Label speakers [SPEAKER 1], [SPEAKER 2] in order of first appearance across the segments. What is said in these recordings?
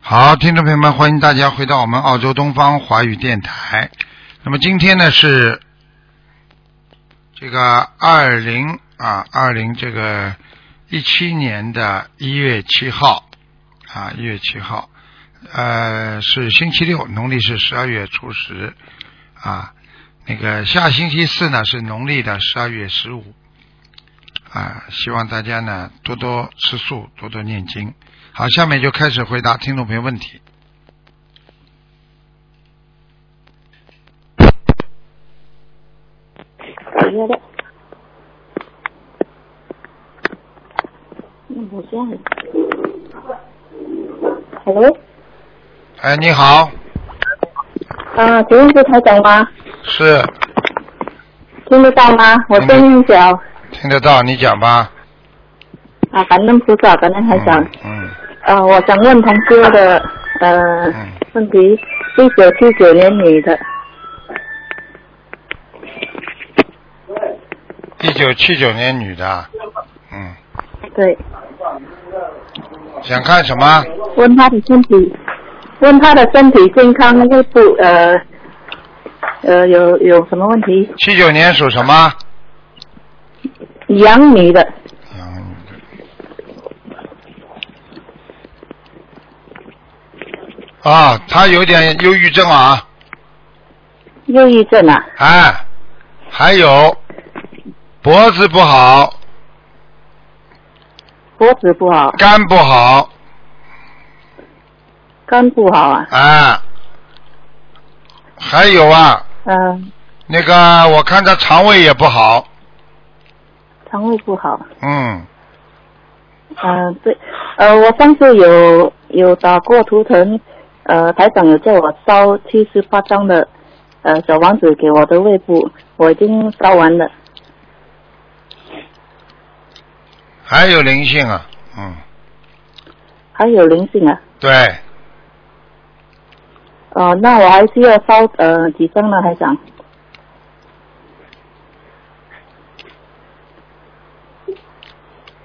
[SPEAKER 1] 好，听众朋友们，欢迎大家回到我们澳洲东方华语电台。那么今天呢是这个二零啊二零这个一七年的一月七号啊一月七号，呃是星期六，农历是十二月初十啊。那个下星期四呢是农历的十二月十五啊，希望大家呢多多吃素，多多念经。好，下面就开始回答听众朋友问题。
[SPEAKER 2] 我觉得，嗯，我现在，Hello，
[SPEAKER 1] 哎，你好，
[SPEAKER 2] 啊，请问是台长吗？
[SPEAKER 1] 是
[SPEAKER 2] 听得到吗？我声音小，
[SPEAKER 1] 听得到，你讲吧。
[SPEAKER 2] 啊，感恩菩萨，感恩台
[SPEAKER 1] Ừ.
[SPEAKER 2] 长。
[SPEAKER 1] 嗯
[SPEAKER 2] 呃，我想问同哥的呃
[SPEAKER 1] 嗯
[SPEAKER 2] 问题，一九七九年女的，
[SPEAKER 1] 一九七九年女的，嗯，
[SPEAKER 2] 对，
[SPEAKER 1] 想看什么？
[SPEAKER 2] 问她的身体，问她的身体健康会不呃呃有有什么问题？
[SPEAKER 1] 七九年属什么？
[SPEAKER 2] 养女的，
[SPEAKER 1] 嗯，女的。啊，她有点忧郁症啊，
[SPEAKER 2] 忧郁症啊，
[SPEAKER 1] 哎，还有脖子不好，
[SPEAKER 2] 脖子不好，
[SPEAKER 1] 肝不好，
[SPEAKER 2] 肝不好啊，
[SPEAKER 1] 哎，还有啊，
[SPEAKER 2] 嗯、
[SPEAKER 1] 那个我看他肠胃也不好，
[SPEAKER 2] 肠胃不好，
[SPEAKER 1] 嗯，
[SPEAKER 2] 嗯、对，呃，我上次有有打过图腾，呃，台长有叫我烧七十八张的，呃，小王子给我的胃部，我已经烧完了，
[SPEAKER 1] 还有灵性啊，嗯，
[SPEAKER 2] 还有灵性啊，
[SPEAKER 1] 对，
[SPEAKER 2] 呃，那我还需要烧呃几张呢，台长？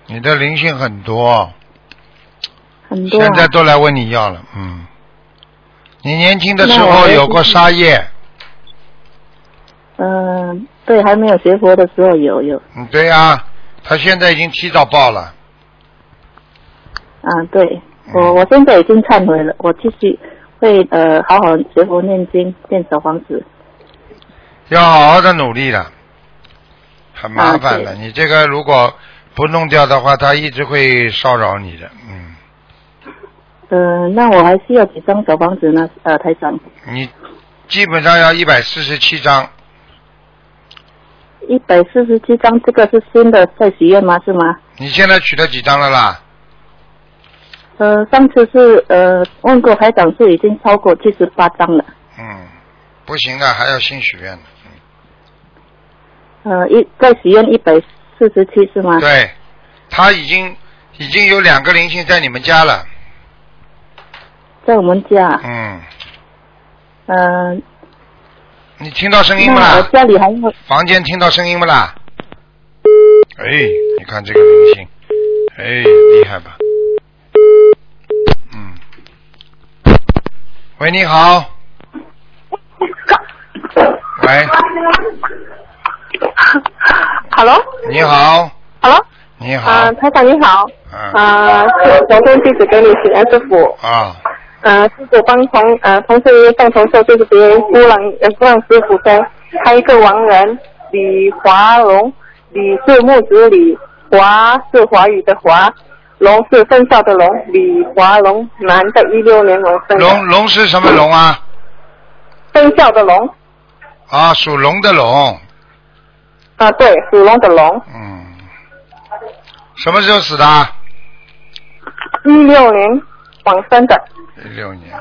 [SPEAKER 1] 你的灵性很多，
[SPEAKER 2] 很多、啊。
[SPEAKER 1] 现在都来问你要了，嗯，你年轻的时
[SPEAKER 2] 那我
[SPEAKER 1] 候
[SPEAKER 2] 还
[SPEAKER 1] 有过沙业，
[SPEAKER 2] 嗯、对，还没有学佛的时候有有，
[SPEAKER 1] 嗯，对啊，他现在已经提早报了，
[SPEAKER 2] 啊，对
[SPEAKER 1] 嗯
[SPEAKER 2] 我我现在已经忏悔了，我继续会呃好好学佛念经，念小房子。
[SPEAKER 1] 要好好的努力了，很麻烦的，
[SPEAKER 2] 啊
[SPEAKER 1] 你这个如果不弄掉的话，他一直会骚扰你的，嗯，
[SPEAKER 2] 嗯、那我还需要几张小房子呢？呃，台长，
[SPEAKER 1] 你基本上要一百四十七张，
[SPEAKER 2] 一百四十七张，这个是新的在许愿吗？是吗？
[SPEAKER 1] 你现在取了几张了啦？
[SPEAKER 2] 呃，上次是呃问过台长是已经超过七十八张了，
[SPEAKER 1] 嗯，不行的，还要新许愿的。
[SPEAKER 2] 呃一在许愿一百四十七是吗？
[SPEAKER 1] 对，他已经已经有两个灵性在你们家了。
[SPEAKER 2] 在我们家，
[SPEAKER 1] 嗯，
[SPEAKER 2] 呃，
[SPEAKER 1] 你听到声音不
[SPEAKER 2] 那嗯我
[SPEAKER 1] 啦？
[SPEAKER 2] 家里还有
[SPEAKER 1] 房间听到声音不啦？哎，你看这个灵性，哎，厉害吧？嗯。喂，你好。喂，
[SPEAKER 3] Hello，Hello，
[SPEAKER 1] 你好，你好
[SPEAKER 3] 呃，，台长你好，
[SPEAKER 1] 嗯
[SPEAKER 3] 呃，是昨天弟子给你请安师傅，
[SPEAKER 1] 啊，
[SPEAKER 3] 呃，师傅帮同呃同事一共同寿就是别人姑朗呃姑朗师傅中，还有一个王人李华荣，李是木子李，华是华语的华，荣是分校的荣，李华荣，男的，一六年龙生的，
[SPEAKER 1] 龙龙是什么龙啊？
[SPEAKER 3] 分校的龙，
[SPEAKER 1] 啊，属龙的龙。
[SPEAKER 3] 啊、对，属龙的龙，
[SPEAKER 1] 嗯，什么时候死的？
[SPEAKER 3] 一六年往生的，
[SPEAKER 1] 一六年。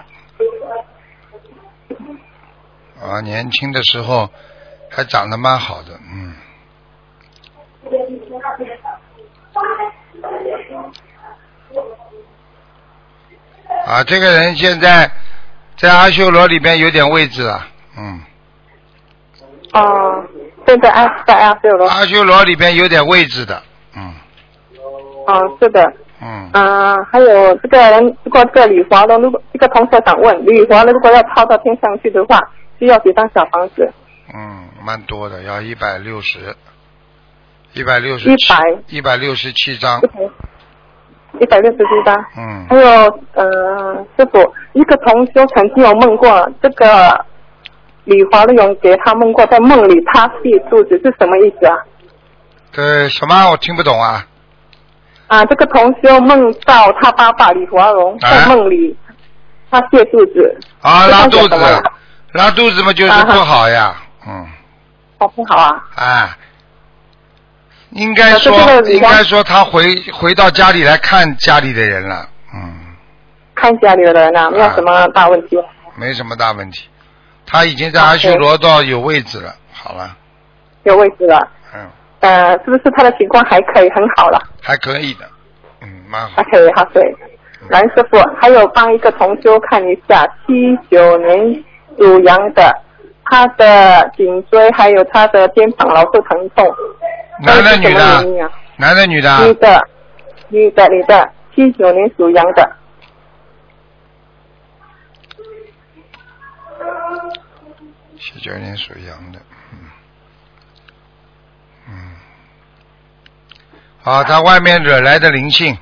[SPEAKER 1] 啊，年轻的时候还长得蛮好的，嗯。啊，这个人现在在阿修罗里边有点位置了，嗯，
[SPEAKER 3] 哦、现在啊在阿修罗，
[SPEAKER 1] 阿修罗里边有点位置的，嗯，
[SPEAKER 3] 嗯、是的，
[SPEAKER 1] 嗯，
[SPEAKER 3] 啊、还有这个人，如果这个李华龙，如果这个同学想问，李华龙如果要抄到天上去的话，需要几张小房子？
[SPEAKER 1] 嗯，蛮多的，要一百六十，一百六十七，
[SPEAKER 3] 100
[SPEAKER 1] 一百六十七张
[SPEAKER 3] 一，百一百六十七张。
[SPEAKER 1] 嗯
[SPEAKER 3] 还，有呃，师傅，一个同修曾经有梦过这个李华龙有给他梦过，在梦里他闭肚子是什么意思啊？
[SPEAKER 1] 这什么我听不懂啊？
[SPEAKER 3] 啊，这个同修梦到他爸爸李华荣
[SPEAKER 1] 啊
[SPEAKER 3] 在梦里，他泻肚子，
[SPEAKER 1] 啊，
[SPEAKER 3] 这
[SPEAKER 1] 拉
[SPEAKER 3] 张
[SPEAKER 1] 肚
[SPEAKER 3] 叫什么
[SPEAKER 1] 子，拉肚子嘛就是
[SPEAKER 3] 啊哈
[SPEAKER 1] 不好呀，嗯，
[SPEAKER 3] 好不好啊？
[SPEAKER 1] 啊，应该
[SPEAKER 3] 啊这
[SPEAKER 1] 说
[SPEAKER 3] 这个
[SPEAKER 1] 应该说他回回到家里来看家里的人了，嗯，
[SPEAKER 3] 看家里的人啊，没有什么大问题。
[SPEAKER 1] 没什么大问题，他已经在阿修罗道有位置了，好了，
[SPEAKER 3] 有位置了，
[SPEAKER 1] 嗯，
[SPEAKER 3] 呃，是不是他的情况还可以很好了？
[SPEAKER 1] 还可以的，嗯，蛮好嗯
[SPEAKER 3] 还，可以，好对。蓝师傅，还有帮一个同修看一下，七九年属羊的，他的颈椎还有他的肩膀老是疼痛，
[SPEAKER 1] 男的女
[SPEAKER 3] 这是什么
[SPEAKER 1] 的
[SPEAKER 3] 原因啊？
[SPEAKER 1] 男的女的啊
[SPEAKER 3] 女的，女的，女的，七九年属羊的，
[SPEAKER 1] 七九年属羊的，嗯，嗯，好，他外面惹来的灵性，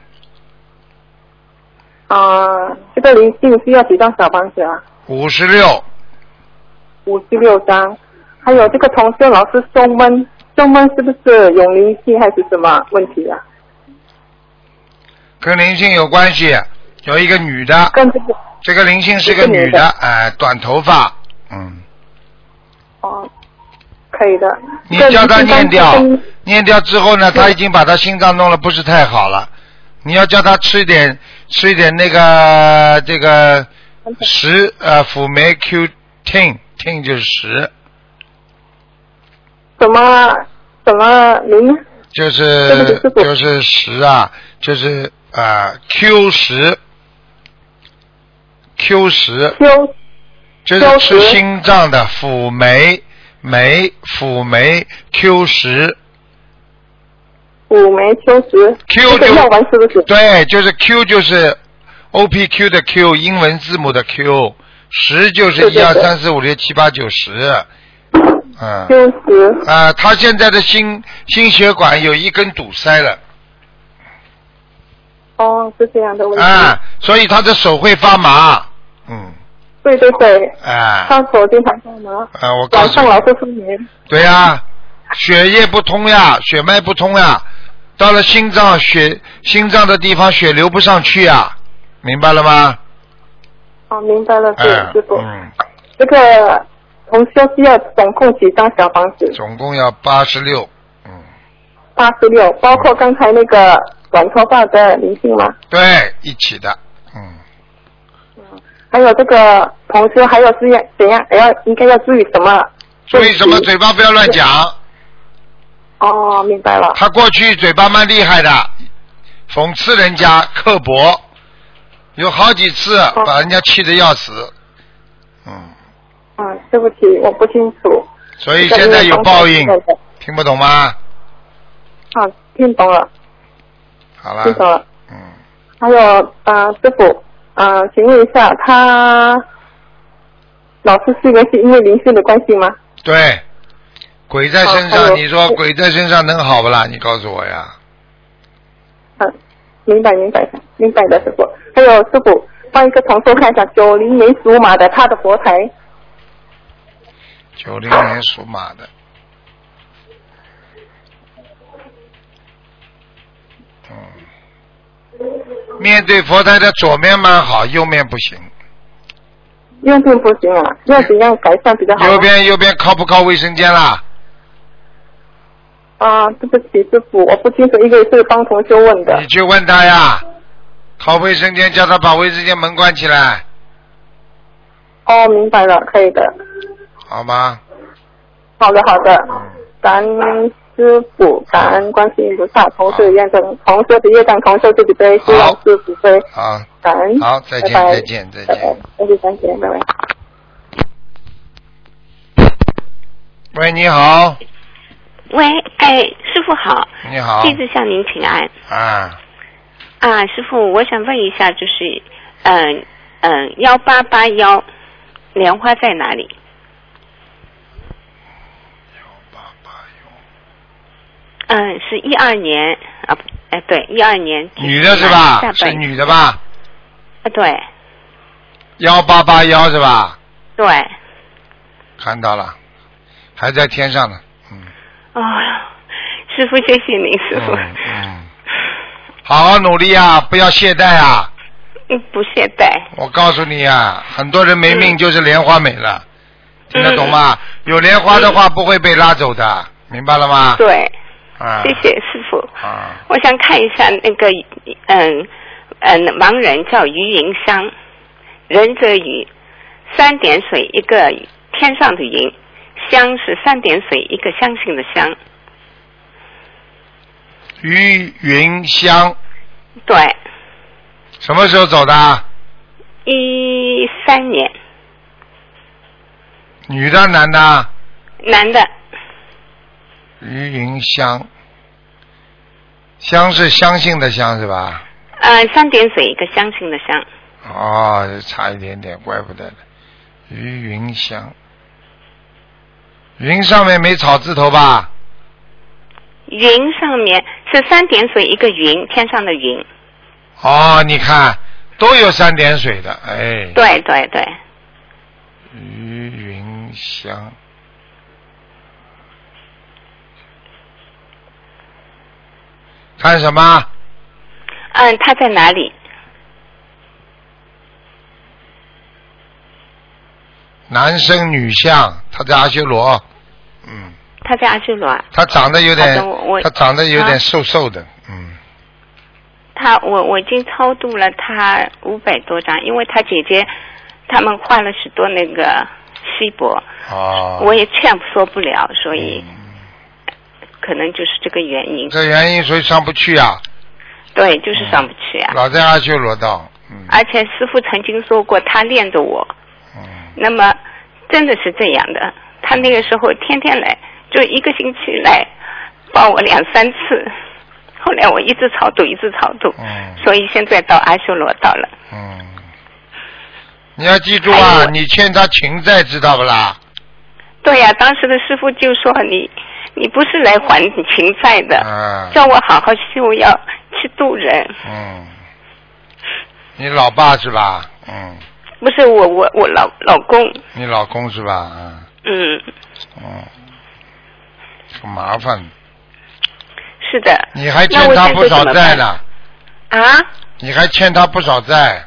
[SPEAKER 3] 啊、这个灵性需要几张小房子啊？
[SPEAKER 1] 五十六，
[SPEAKER 3] 五十六张。还有这个同修老师胸闷，胸闷是不是有灵性还是什么问题啊？
[SPEAKER 1] 跟灵性有关系，有一个女的，
[SPEAKER 3] 跟这个
[SPEAKER 1] 这个灵性是个
[SPEAKER 3] 一个女
[SPEAKER 1] 女的，
[SPEAKER 3] 的
[SPEAKER 1] 哎、短头发，嗯，
[SPEAKER 3] 哦，可以的。
[SPEAKER 1] 你
[SPEAKER 3] 这个
[SPEAKER 1] 叫她
[SPEAKER 3] 灵性
[SPEAKER 1] 念掉
[SPEAKER 3] 当中，
[SPEAKER 1] 念掉之后呢，
[SPEAKER 3] 对
[SPEAKER 1] 她已经把她心脏弄得不是太好了，你要叫她吃一点，吃一点那个这个十呃辅酶 Q t e n t e n 就是十，
[SPEAKER 3] 什么什么灵
[SPEAKER 1] 就
[SPEAKER 3] 对
[SPEAKER 1] 是
[SPEAKER 3] 对对师傅
[SPEAKER 1] 就是十啊，就是啊、Q 十，Q 十
[SPEAKER 3] 修
[SPEAKER 1] 就是吃
[SPEAKER 3] Q 十
[SPEAKER 1] 心脏的辅酶酶辅酶 Q 十
[SPEAKER 3] 五梅修石，
[SPEAKER 1] Q
[SPEAKER 3] 这个
[SPEAKER 1] 就
[SPEAKER 3] 药丸是不是？
[SPEAKER 1] 对，就是 Q 就是 O P Q 的 Q 英文字母的 Q 十就是
[SPEAKER 3] 对
[SPEAKER 1] 一
[SPEAKER 3] 对
[SPEAKER 1] 二
[SPEAKER 3] 对
[SPEAKER 1] 三四五六七八九十，嗯
[SPEAKER 3] 修石
[SPEAKER 1] 啊，他现在的心心血管有一根堵塞了。
[SPEAKER 3] 哦，是这样的问题。
[SPEAKER 1] 啊，所以他的手会发麻。嗯，
[SPEAKER 3] 对对对，
[SPEAKER 1] 啊，
[SPEAKER 3] 上手经常干嘛？
[SPEAKER 1] 啊，我告
[SPEAKER 3] 晚
[SPEAKER 1] 诉
[SPEAKER 3] 上老
[SPEAKER 1] 你，
[SPEAKER 3] 是失眠。
[SPEAKER 1] 对呀、血液不通呀，血脉不通呀，到了心脏血心脏的地方血流不上去呀，明白了吗？
[SPEAKER 3] 哦，明白了，对
[SPEAKER 1] 嗯
[SPEAKER 3] 师傅。
[SPEAKER 1] 嗯，
[SPEAKER 3] 这个同修需要总共几张小房子？
[SPEAKER 1] 总共要八十六。嗯，
[SPEAKER 3] 八十六，包括刚才那个短头发的灵性吗？
[SPEAKER 1] 对，一起的。嗯，
[SPEAKER 3] 还有这个同修，还有是要怎样？要应该要注意什么？
[SPEAKER 1] 所以什么嘴巴不要乱讲？
[SPEAKER 3] 哦，明白了。
[SPEAKER 1] 他过去嘴巴蛮厉害的，讽刺人家、刻薄，有好几次把人家气得要死。嗯，
[SPEAKER 3] 嗯，对不起，我不清楚。
[SPEAKER 1] 所以现在有报应，听不懂吗？
[SPEAKER 3] 啊，听懂了，
[SPEAKER 1] 好了
[SPEAKER 3] 听，懂了。
[SPEAKER 1] 嗯，
[SPEAKER 3] 还有啊、呃师傅，啊、请问一下，他老是失眠是因为灵性的关系吗？
[SPEAKER 1] 对，鬼在身
[SPEAKER 3] 好还
[SPEAKER 1] 上，
[SPEAKER 3] 有
[SPEAKER 1] 你说鬼在身上能好不啦？你告诉我呀。
[SPEAKER 3] 嗯、明白明白明白的师傅。还有师傅，帮一个同事看一下九零年属马的他的佛台，
[SPEAKER 1] 九零年属马的，嗯，面对佛台的左面蛮好，右面不行。
[SPEAKER 3] 右边不行啊，要怎样改善比较好呢？
[SPEAKER 1] 右边右边靠不靠卫生间啦？
[SPEAKER 3] 啊，对不起师傅，我不清楚，因为是帮同修问的
[SPEAKER 1] 你。去问他呀，靠卫生间，叫他把卫生间门关起来，
[SPEAKER 3] 哦，明白了，可以的。
[SPEAKER 1] 好吗？
[SPEAKER 3] 好的好的，
[SPEAKER 1] 嗯，
[SPEAKER 3] 感恩师傅，感恩观世音菩萨，同修的业障，同修的业障，同修自己背，希望师傅背。
[SPEAKER 1] 好，
[SPEAKER 3] 感恩。
[SPEAKER 1] 好，再见，
[SPEAKER 3] 拜拜
[SPEAKER 1] 再见，再
[SPEAKER 3] 拜
[SPEAKER 1] 见
[SPEAKER 3] 拜。，再见，再见，拜拜。
[SPEAKER 1] 喂，你好，
[SPEAKER 4] 喂，哎，师傅好，
[SPEAKER 1] 你好，
[SPEAKER 4] 弟子向您请安。
[SPEAKER 1] 啊，
[SPEAKER 4] 啊，师傅，我想问一下，就是嗯嗯幺八八幺莲花在哪里？
[SPEAKER 1] 八八幺，
[SPEAKER 4] 嗯，是一二年啊，不，哎对，一二年
[SPEAKER 1] 女的是吧
[SPEAKER 4] 下？
[SPEAKER 1] 是
[SPEAKER 4] 半年
[SPEAKER 1] 女的吧？
[SPEAKER 4] 啊，对
[SPEAKER 1] 幺八八幺是吧？
[SPEAKER 4] 对，
[SPEAKER 1] 看到了，还在天上呢。嗯
[SPEAKER 4] 啊，师傅谢谢您，师傅，
[SPEAKER 1] 嗯嗯， 好好努力啊，不要懈怠啊！
[SPEAKER 4] 嗯， 不懈怠，
[SPEAKER 1] 我告诉你啊，很多人没
[SPEAKER 4] 嗯
[SPEAKER 1] 命就是莲花没了，听得懂吗？有莲花的话不会被拉走的，明白了吗？
[SPEAKER 4] 嗯对，
[SPEAKER 1] 啊，
[SPEAKER 4] 谢谢师傅。
[SPEAKER 1] 啊，
[SPEAKER 4] 我想看一下那个，嗯嗯，盲人叫于云香，仁者于，三点水一个天上的云，香是三点水一个相信的香，
[SPEAKER 1] 于云香
[SPEAKER 4] 对，
[SPEAKER 1] 什么时候走的？
[SPEAKER 4] 一三年，
[SPEAKER 1] 女的男的？
[SPEAKER 4] 男的，
[SPEAKER 1] 于云香，香是相信的香是吧？
[SPEAKER 4] 呃，三点水一个相信的香，
[SPEAKER 1] 哦，差一点点，怪不得呢。于云香，云上面没草字头吧？
[SPEAKER 4] 云上面是三点水一个云，天上的云，
[SPEAKER 1] 哦，你看都有三点水的，哎。
[SPEAKER 4] 对对对，
[SPEAKER 1] 于云香。看什么？
[SPEAKER 4] 嗯，他在哪里？
[SPEAKER 1] 男生女相，他在阿修罗。嗯，
[SPEAKER 4] 他在阿修罗啊，
[SPEAKER 1] 他长得有点
[SPEAKER 4] 好的我，我
[SPEAKER 1] 他长得有点
[SPEAKER 4] 啊
[SPEAKER 1] 瘦瘦的，嗯。
[SPEAKER 4] 他我我已经超度了他五百多张，因为他姐姐他们画了许多那个锡箔，
[SPEAKER 1] 哦。
[SPEAKER 4] 我也劝说不了，所以
[SPEAKER 1] 嗯
[SPEAKER 4] 可能就是这个原因。
[SPEAKER 1] 这原因所以上不去啊，
[SPEAKER 4] 对，
[SPEAKER 1] 嗯
[SPEAKER 4] 就是上不去啊。
[SPEAKER 1] 老在阿修罗道。嗯。
[SPEAKER 4] 而且师傅曾经说过，他恋着我，
[SPEAKER 1] 嗯
[SPEAKER 4] 那么真的是这样的。他那个时候天天来，就一个星期来抱我两三次。后来我一直超度，一直超度，
[SPEAKER 1] 嗯
[SPEAKER 4] 所以现在到阿修罗道了。
[SPEAKER 1] 嗯。你要记住
[SPEAKER 4] 还
[SPEAKER 1] 啊，
[SPEAKER 4] 有
[SPEAKER 1] 你欠他情债，知道不啦？
[SPEAKER 4] 对呀、当时的师傅就说你，你不是来还情债的，
[SPEAKER 1] 嗯
[SPEAKER 4] 叫我好好修，要去度人。
[SPEAKER 1] 嗯。你老爸是吧？嗯。
[SPEAKER 4] 不是我，我我老老公，
[SPEAKER 1] 你老公是吧？嗯
[SPEAKER 4] 嗯，
[SPEAKER 1] 嗯。很麻烦，
[SPEAKER 4] 是的。
[SPEAKER 1] 你还
[SPEAKER 4] 那
[SPEAKER 1] 欠
[SPEAKER 4] 我
[SPEAKER 1] 他
[SPEAKER 4] 现
[SPEAKER 1] 不
[SPEAKER 4] 在
[SPEAKER 1] 少
[SPEAKER 4] 怎么
[SPEAKER 1] 债
[SPEAKER 4] 办
[SPEAKER 1] 呢，
[SPEAKER 4] 啊！
[SPEAKER 1] 你还欠他不少债，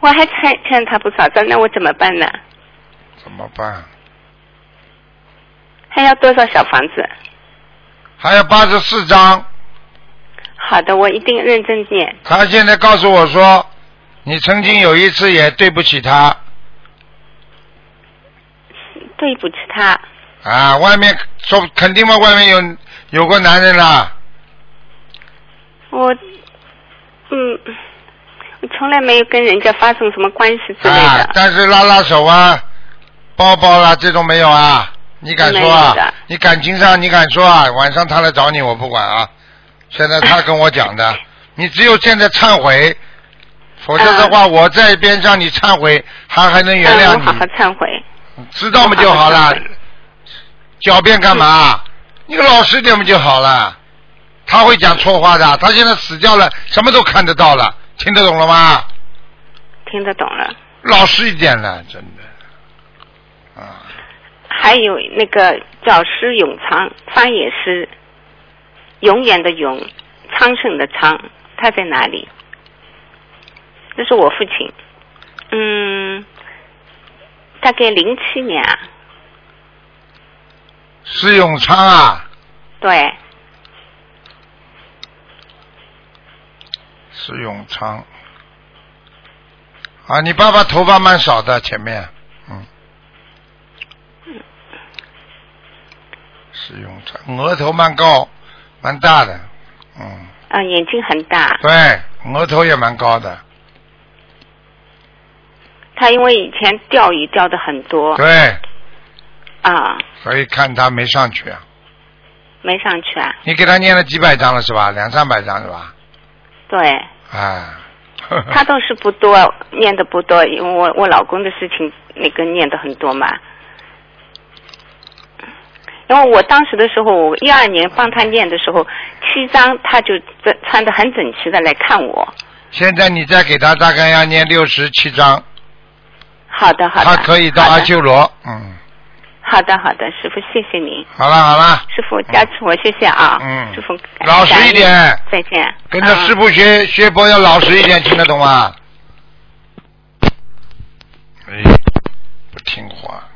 [SPEAKER 4] 我还欠欠他不少债，那我怎么办呢？
[SPEAKER 1] 怎么办？
[SPEAKER 4] 还要多少小房子？
[SPEAKER 1] 还有八十四张，
[SPEAKER 4] 好的，我一定认真念。
[SPEAKER 1] 他现在告诉我说，你曾经有一次也对不起他
[SPEAKER 4] 对不起他，
[SPEAKER 1] 啊，外面说肯定嘛，外面有有过男人啦，
[SPEAKER 4] 我，嗯，我从来没有跟人家发生什么关系之类
[SPEAKER 1] 啊
[SPEAKER 4] 的。，
[SPEAKER 1] 但是拉拉手啊，抱抱啦、这种没有啊，你敢说
[SPEAKER 4] 没有
[SPEAKER 1] 啊
[SPEAKER 4] 的？
[SPEAKER 1] 你感情上你敢说啊？晚上他来找你我不管啊，现在他跟我讲 的，你只有现在忏悔，否则的话我在边上你忏悔，他还能原
[SPEAKER 4] 嗯，
[SPEAKER 1] 谅
[SPEAKER 4] 我好好
[SPEAKER 1] 你，
[SPEAKER 4] 忏悔。
[SPEAKER 1] 知道不就好
[SPEAKER 4] 我好好
[SPEAKER 1] 了
[SPEAKER 4] 忏悔？
[SPEAKER 1] 狡辩干嘛？你老实点不就好了？他会讲错话的，他现在死掉了，什么都看得到了，听得懂了吗？
[SPEAKER 4] 听得懂了。
[SPEAKER 1] 老实一点了，真的。啊，
[SPEAKER 4] 还有那个早师永昌，方也是永远的永，昌盛的昌，他在哪里？这是我父亲，嗯，大概零七年啊，
[SPEAKER 1] 施永昌啊，
[SPEAKER 4] 对，
[SPEAKER 1] 施永昌。啊，你爸爸头发蛮少的，前面，嗯。施永昌额头蛮高，蛮大的，嗯。
[SPEAKER 4] 啊、眼睛很大。
[SPEAKER 1] 对，额头也蛮高的，
[SPEAKER 4] 他因为以前钓鱼钓的很多
[SPEAKER 1] 对，
[SPEAKER 4] 啊，
[SPEAKER 1] 所以看他没上去啊。
[SPEAKER 4] 没上去啊，
[SPEAKER 1] 你给他念了几百张了是吧？两三百张是吧？
[SPEAKER 4] 对，
[SPEAKER 1] 啊，
[SPEAKER 4] 他倒是不多，念的不多，因为我我老公的事情那个念的很多嘛。然后我当时的时候，我一二年帮他念的时候，七张他就这穿的很整齐的来看我。
[SPEAKER 1] 现在你再给他大概要念六十七章，
[SPEAKER 4] 好的，好的。
[SPEAKER 1] 他可以啊到
[SPEAKER 4] 好
[SPEAKER 1] 阿
[SPEAKER 4] 的
[SPEAKER 1] 修罗。嗯，
[SPEAKER 4] 好的，好的，师傅，谢谢您，
[SPEAKER 1] 好了好了，
[SPEAKER 4] 师傅加持我，谢谢啊，
[SPEAKER 1] 嗯
[SPEAKER 4] 师傅。
[SPEAKER 1] 老实一点
[SPEAKER 4] 感恩再见。
[SPEAKER 1] 跟着师
[SPEAKER 4] 嗯
[SPEAKER 1] 傅学学佛要老实一点，听得懂吗？哎，不听话。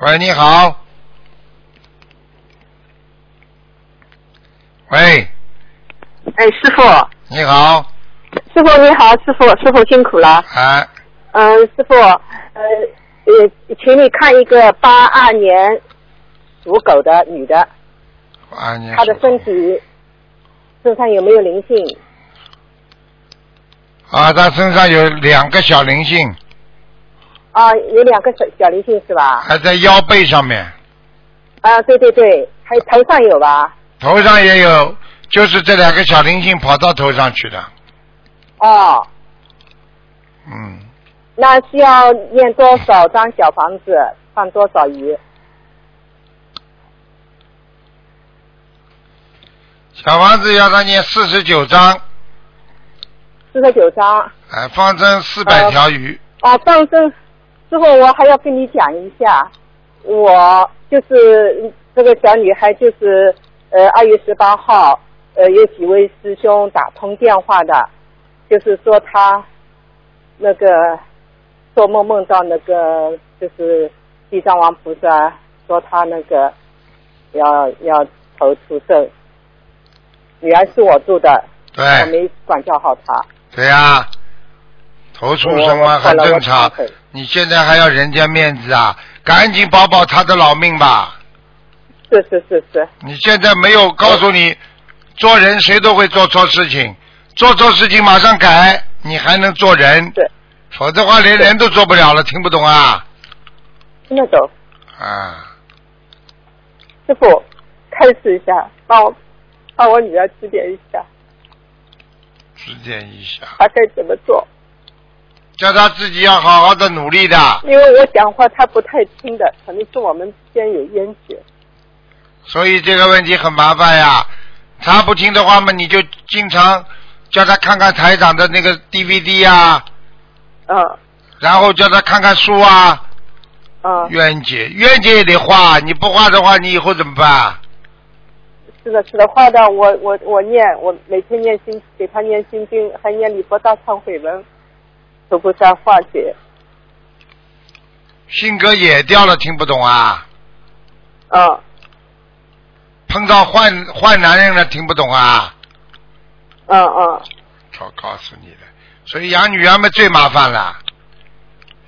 [SPEAKER 1] 喂，你好。喂，
[SPEAKER 5] 哎，师傅，
[SPEAKER 1] 你好，
[SPEAKER 5] 师傅你好，师傅，师傅辛苦了。
[SPEAKER 1] 哎，
[SPEAKER 5] 嗯，师傅，呃，呃，请你看一个八二年属狗的女的，
[SPEAKER 1] 啊，你
[SPEAKER 5] 她的身体身上有没有灵性？
[SPEAKER 1] 啊，他身上有两个小灵性，
[SPEAKER 5] 啊，有两个小小灵性是吧？
[SPEAKER 1] 还在腰背上面，
[SPEAKER 5] 啊，对对对，还有头上有吧？
[SPEAKER 1] 头上也有，就是这两个小灵性跑到头上去的，
[SPEAKER 5] 哦，
[SPEAKER 1] 嗯，
[SPEAKER 5] 那需要念多少张小房子，放多少鱼？
[SPEAKER 1] 小房子要他念四十九章，
[SPEAKER 5] 四十九张。
[SPEAKER 1] 哎，放生四百条鱼，
[SPEAKER 5] 啊，放生师傅，我还要跟你讲一下，我就是这个小女孩，就是呃二月十八号，呃有几位师兄打通电话的，就是说她那个做梦梦到那个就是地藏王菩萨说她那个要要投出生，女儿是我住的，我
[SPEAKER 1] 对，
[SPEAKER 5] 没管教好她。
[SPEAKER 1] 对呀、投出生
[SPEAKER 5] 我
[SPEAKER 1] 嘛
[SPEAKER 5] 我
[SPEAKER 1] 很
[SPEAKER 5] 看了
[SPEAKER 1] 正
[SPEAKER 5] 我
[SPEAKER 1] 常
[SPEAKER 5] 忏悔，
[SPEAKER 1] 你现在还要人家面子啊？赶紧保保他的老命吧！
[SPEAKER 5] 是是是是，
[SPEAKER 1] 你现在没有告诉你，做人谁都会做错事情，做错事情马上改，你还能做人？
[SPEAKER 5] 对，
[SPEAKER 1] 否则的话连人都做不了了，听不懂啊？
[SPEAKER 5] 听得懂。
[SPEAKER 1] 啊，
[SPEAKER 5] 师傅，开始一下，帮我帮我女儿指点一下，
[SPEAKER 1] 指点一下，
[SPEAKER 5] 她该怎么做？
[SPEAKER 1] 叫他自己要好好的努力的。
[SPEAKER 5] 因为我讲话她不太听的，可能是我们之间有冤结。
[SPEAKER 1] 所以这个问题很麻烦呀。他不听的话嘛，你就经常叫他看看台长的那个 DVD 呀、
[SPEAKER 5] 嗯
[SPEAKER 1] 啊然后叫他看看书啊。
[SPEAKER 5] 嗯，
[SPEAKER 1] 冤结，冤结也得画，你不画的话，你以后怎么办？
[SPEAKER 5] 是的，是的，话的，我我我念，我每天念心，给她念心经，还念礼佛大忏悔文，求菩萨化解。
[SPEAKER 1] 性格野掉了，听不懂啊？
[SPEAKER 5] 嗯，
[SPEAKER 1] 碰到坏坏男人了，听不懂啊？
[SPEAKER 5] 嗯嗯，
[SPEAKER 1] 我告诉你的，所以养女儿们最麻烦了，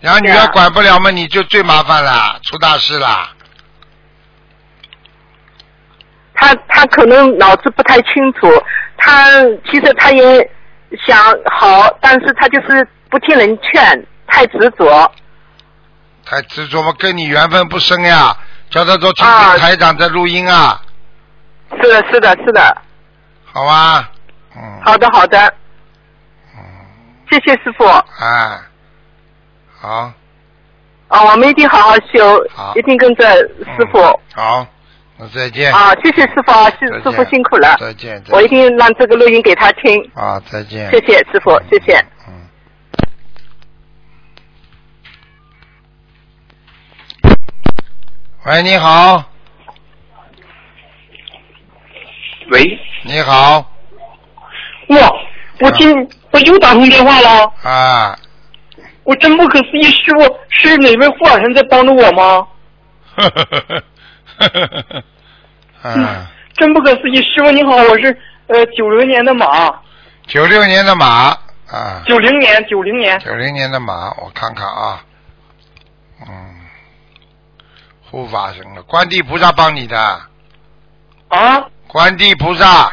[SPEAKER 1] 养女
[SPEAKER 5] 对
[SPEAKER 1] 儿
[SPEAKER 5] 啊
[SPEAKER 1] 管不了嘛，你就最麻烦了，出大事了。
[SPEAKER 3] 他他可能脑子不太清楚，他其实他也想好，但是他就是不听人劝，太执着。
[SPEAKER 1] 太执着嘛，跟你缘分不深呀，叫他多听
[SPEAKER 3] 啊
[SPEAKER 1] 听台长在录音啊，
[SPEAKER 3] 是的，是的，是的。
[SPEAKER 1] 好吧？嗯，
[SPEAKER 3] 好的，好的。谢谢师傅，啊、
[SPEAKER 1] 哎，好，
[SPEAKER 3] 啊我们一定好好修
[SPEAKER 1] 好，
[SPEAKER 3] 一定跟着师傅。
[SPEAKER 1] 嗯好，那再见，
[SPEAKER 3] 啊，谢谢师傅啊，师
[SPEAKER 1] 再见
[SPEAKER 3] 师傅辛苦了，
[SPEAKER 1] 再见，再
[SPEAKER 3] 我一
[SPEAKER 1] 见
[SPEAKER 3] 定让这个录音给他听。
[SPEAKER 1] 啊，再见，
[SPEAKER 3] 谢谢师傅，谢谢。
[SPEAKER 1] 嗯。喂，你好，
[SPEAKER 6] 喂，
[SPEAKER 1] 你好，
[SPEAKER 6] 我我今我又打通电话了，
[SPEAKER 1] 啊，
[SPEAKER 6] 我真不可思议，师傅是哪位护法神在帮助我吗？
[SPEAKER 1] 呵呵呵呵呵呵呵，啊，
[SPEAKER 6] 真不可思议，师傅你好，我是呃九零年的马，
[SPEAKER 1] 九六年的马，啊，
[SPEAKER 6] 九零年九零年，
[SPEAKER 1] 九零年的马，我看看啊，嗯，护法神了，观地菩萨帮你的，
[SPEAKER 6] 啊，
[SPEAKER 1] 观地菩萨，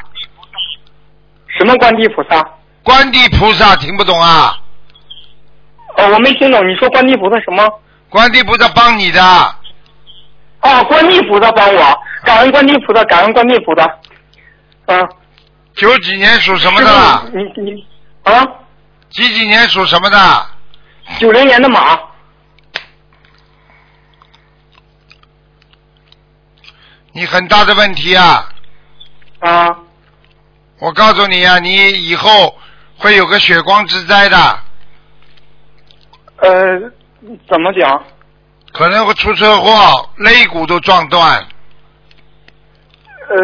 [SPEAKER 6] 什么观地菩萨？
[SPEAKER 1] 观地菩萨听不懂啊，
[SPEAKER 6] 哦，我没听懂，你说观地菩萨什么？
[SPEAKER 1] 观地菩萨帮你的，
[SPEAKER 6] 哦，观地菩萨帮我，感恩观地菩萨，感恩观地菩萨。嗯、
[SPEAKER 1] 九几年属什么的啦？
[SPEAKER 6] 师傅你你啊，
[SPEAKER 1] 几几年属什么的？
[SPEAKER 6] 九零年的马，
[SPEAKER 1] 你很大的问题啊！
[SPEAKER 6] 啊，
[SPEAKER 1] 我告诉你啊，你以后会有个血光之灾的，
[SPEAKER 6] 呃，怎么讲？
[SPEAKER 1] 可能会出车祸，肋骨都撞断。
[SPEAKER 6] 呃，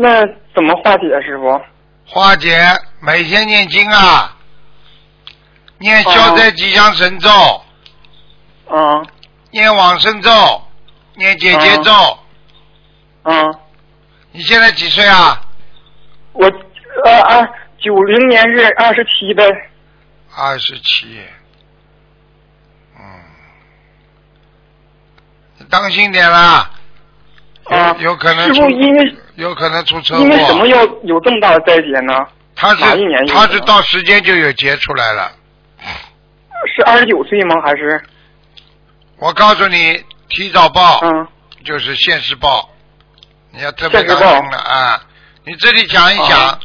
[SPEAKER 6] 那怎么化解，啊师傅？
[SPEAKER 1] 花姐，每天念经啊，念消灾吉祥神咒，
[SPEAKER 6] 啊
[SPEAKER 1] 念往生咒，念姐姐咒。
[SPEAKER 6] 啊，
[SPEAKER 1] 你现在几岁啊？
[SPEAKER 6] 我呃啊，九零年是二十七呗。
[SPEAKER 1] 二十七。嗯，你当心点啦，
[SPEAKER 6] 啊，
[SPEAKER 1] 有有可能
[SPEAKER 6] 师傅
[SPEAKER 1] 出
[SPEAKER 6] 因为
[SPEAKER 1] 有可能出车祸。
[SPEAKER 6] 因为什么要有这么大的灾劫呢？
[SPEAKER 1] 他
[SPEAKER 6] 哪一年
[SPEAKER 1] 是
[SPEAKER 6] 有
[SPEAKER 1] 他
[SPEAKER 6] 的
[SPEAKER 1] 是到时间就有结出来了。
[SPEAKER 6] 是二十九岁吗？还是
[SPEAKER 1] 我告诉你，提早报、
[SPEAKER 6] 嗯
[SPEAKER 1] 就是现世报，你要特别
[SPEAKER 6] 现世
[SPEAKER 1] 当
[SPEAKER 6] 报
[SPEAKER 1] 心了啊！你自己想一想，
[SPEAKER 6] 啊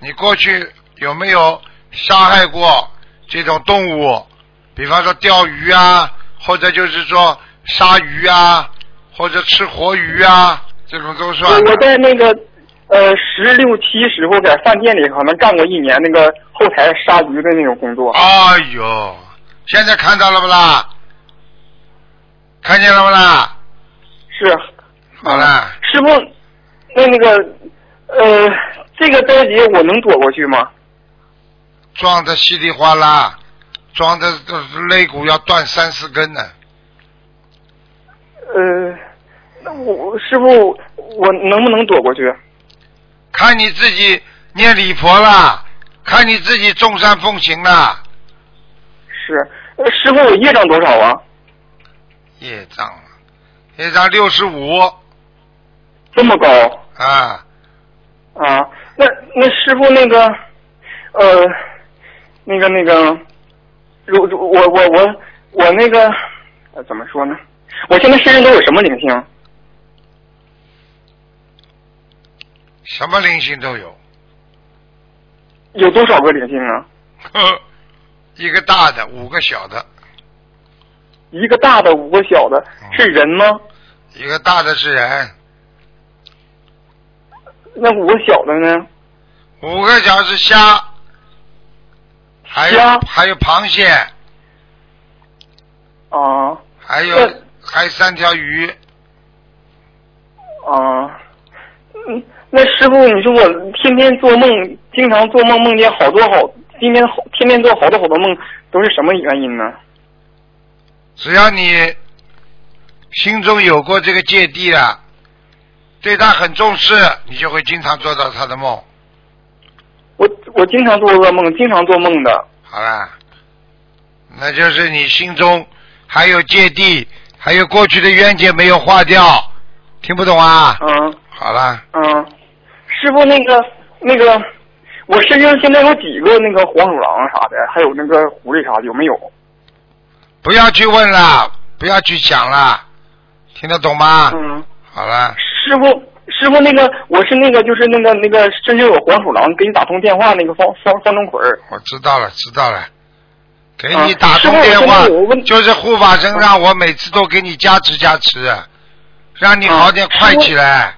[SPEAKER 1] 你过去有没有杀害过这种动物？比方说钓鱼啊，或者就是说杀鱼啊，或者吃活鱼啊，这种都算
[SPEAKER 6] 我在那个呃十六七时候在饭店里好像干过一年那个后台杀鱼的那种工作。
[SPEAKER 1] 哎呦，现在看到了不啦？看见了不啦？
[SPEAKER 6] 是。嗯
[SPEAKER 1] 好了，
[SPEAKER 6] 师傅，那那个呃，这个灾劫我能躲过去吗？
[SPEAKER 1] 撞得稀里哗啦，撞得呃肋骨要断三四根呢。
[SPEAKER 6] 呃，那我师傅，我能不能躲过去？
[SPEAKER 1] 看你自己念礼佛啦，看你自己众善奉行啦。
[SPEAKER 6] 是，呃师傅，我业障多少啊？
[SPEAKER 1] 业障了，业障六十五
[SPEAKER 6] 这么高
[SPEAKER 1] 啊，
[SPEAKER 6] 啊？那那师傅那个，呃，那个那个，如如我我我我那个、呃怎么说呢？我现在身上都有什么灵性？啊
[SPEAKER 1] 什么灵性都有，
[SPEAKER 6] 有多少个灵性啊？
[SPEAKER 1] 呵，一个大的，五个小的，
[SPEAKER 6] 一个大的，五个小的，是人吗？
[SPEAKER 1] 一个大的是人，
[SPEAKER 6] 那五个小的呢？
[SPEAKER 1] 五个小是虾，还
[SPEAKER 6] 虾
[SPEAKER 1] 有还有螃蟹，
[SPEAKER 6] 啊
[SPEAKER 1] 还有
[SPEAKER 6] 那
[SPEAKER 1] 还有三条鱼，
[SPEAKER 6] 啊，嗯，那师傅，你说我天天做梦，经常做梦，梦见好多好，今天好，天天做好多好多梦，都是什么原因呢？
[SPEAKER 1] 只要你心中有过这个芥蒂了，对他很重视，你就会经常做到他的梦。
[SPEAKER 6] 我我经常做噩梦，经常做梦的。
[SPEAKER 1] 好啦，那就是你心中还有芥蒂，还有过去的冤结没有化掉，听不懂啊？
[SPEAKER 6] 嗯
[SPEAKER 1] 好啦，
[SPEAKER 6] 嗯，师傅，那个那个，我身上现在有几个那个黄鼠狼啊啥的，还有那个狐狸啥的，有没有？
[SPEAKER 1] 不要去问啦，不要去想啦，听得懂吗？
[SPEAKER 6] 嗯，
[SPEAKER 1] 好啦，
[SPEAKER 6] 师傅，师傅，那个我是那个就是那个那个身上有黄鼠狼，给你打通电话那个方方方中奎儿。
[SPEAKER 1] 我知道了，知道了。给
[SPEAKER 6] 啊
[SPEAKER 1] 你打
[SPEAKER 6] 师
[SPEAKER 1] 通
[SPEAKER 6] 傅
[SPEAKER 1] 电
[SPEAKER 6] 我
[SPEAKER 1] 话
[SPEAKER 6] 真的有问，
[SPEAKER 1] 就是护法神让我每次都给你加持加持，让你好点
[SPEAKER 6] 啊
[SPEAKER 1] 快
[SPEAKER 6] 师傅
[SPEAKER 1] 起来。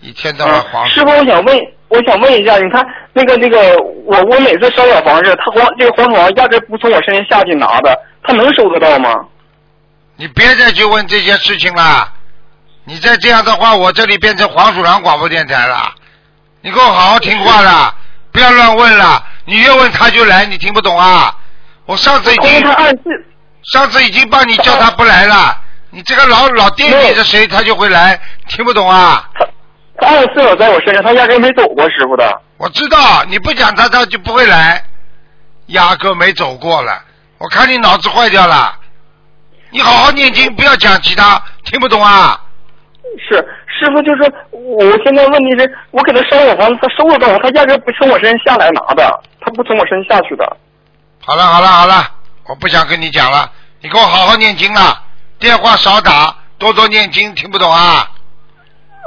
[SPEAKER 1] 一天到晚
[SPEAKER 6] 啊
[SPEAKER 1] 黄
[SPEAKER 6] 师傅，我想问，我想问一下，你看那个那个，我我每次烧小房子，他黄这个黄鼠狼压根不从我身上下去拿的，他能收得到吗？
[SPEAKER 1] 你别再去问这些事情啦！你再这样的话，我这里变成黄鼠狼广播电台了。你给我好好听话啦，不要乱问啦！你越问他就来，你听不懂啊？我上次已
[SPEAKER 6] 因为
[SPEAKER 1] 经
[SPEAKER 6] 他二次，
[SPEAKER 1] 上次已经帮你叫他不来了，你这个老老惦记着谁，他就会来，听不懂啊？
[SPEAKER 6] 他他二次老在我身上，他压根没走过师傅的。
[SPEAKER 1] 我知道你不讲他，他就不会来，压根没走过了。我看你脑子坏掉了，你好好念经，不要讲其他，听不懂啊？
[SPEAKER 6] 是师傅，就是我现在问题是我给他烧小房子，他收得到吗？他压根不从我身上下来拿的，他不从我身上下去的。
[SPEAKER 1] 好了好了好了，我不想跟你讲了，你给我好好念经了，电话少打，多多念经，听不懂啊？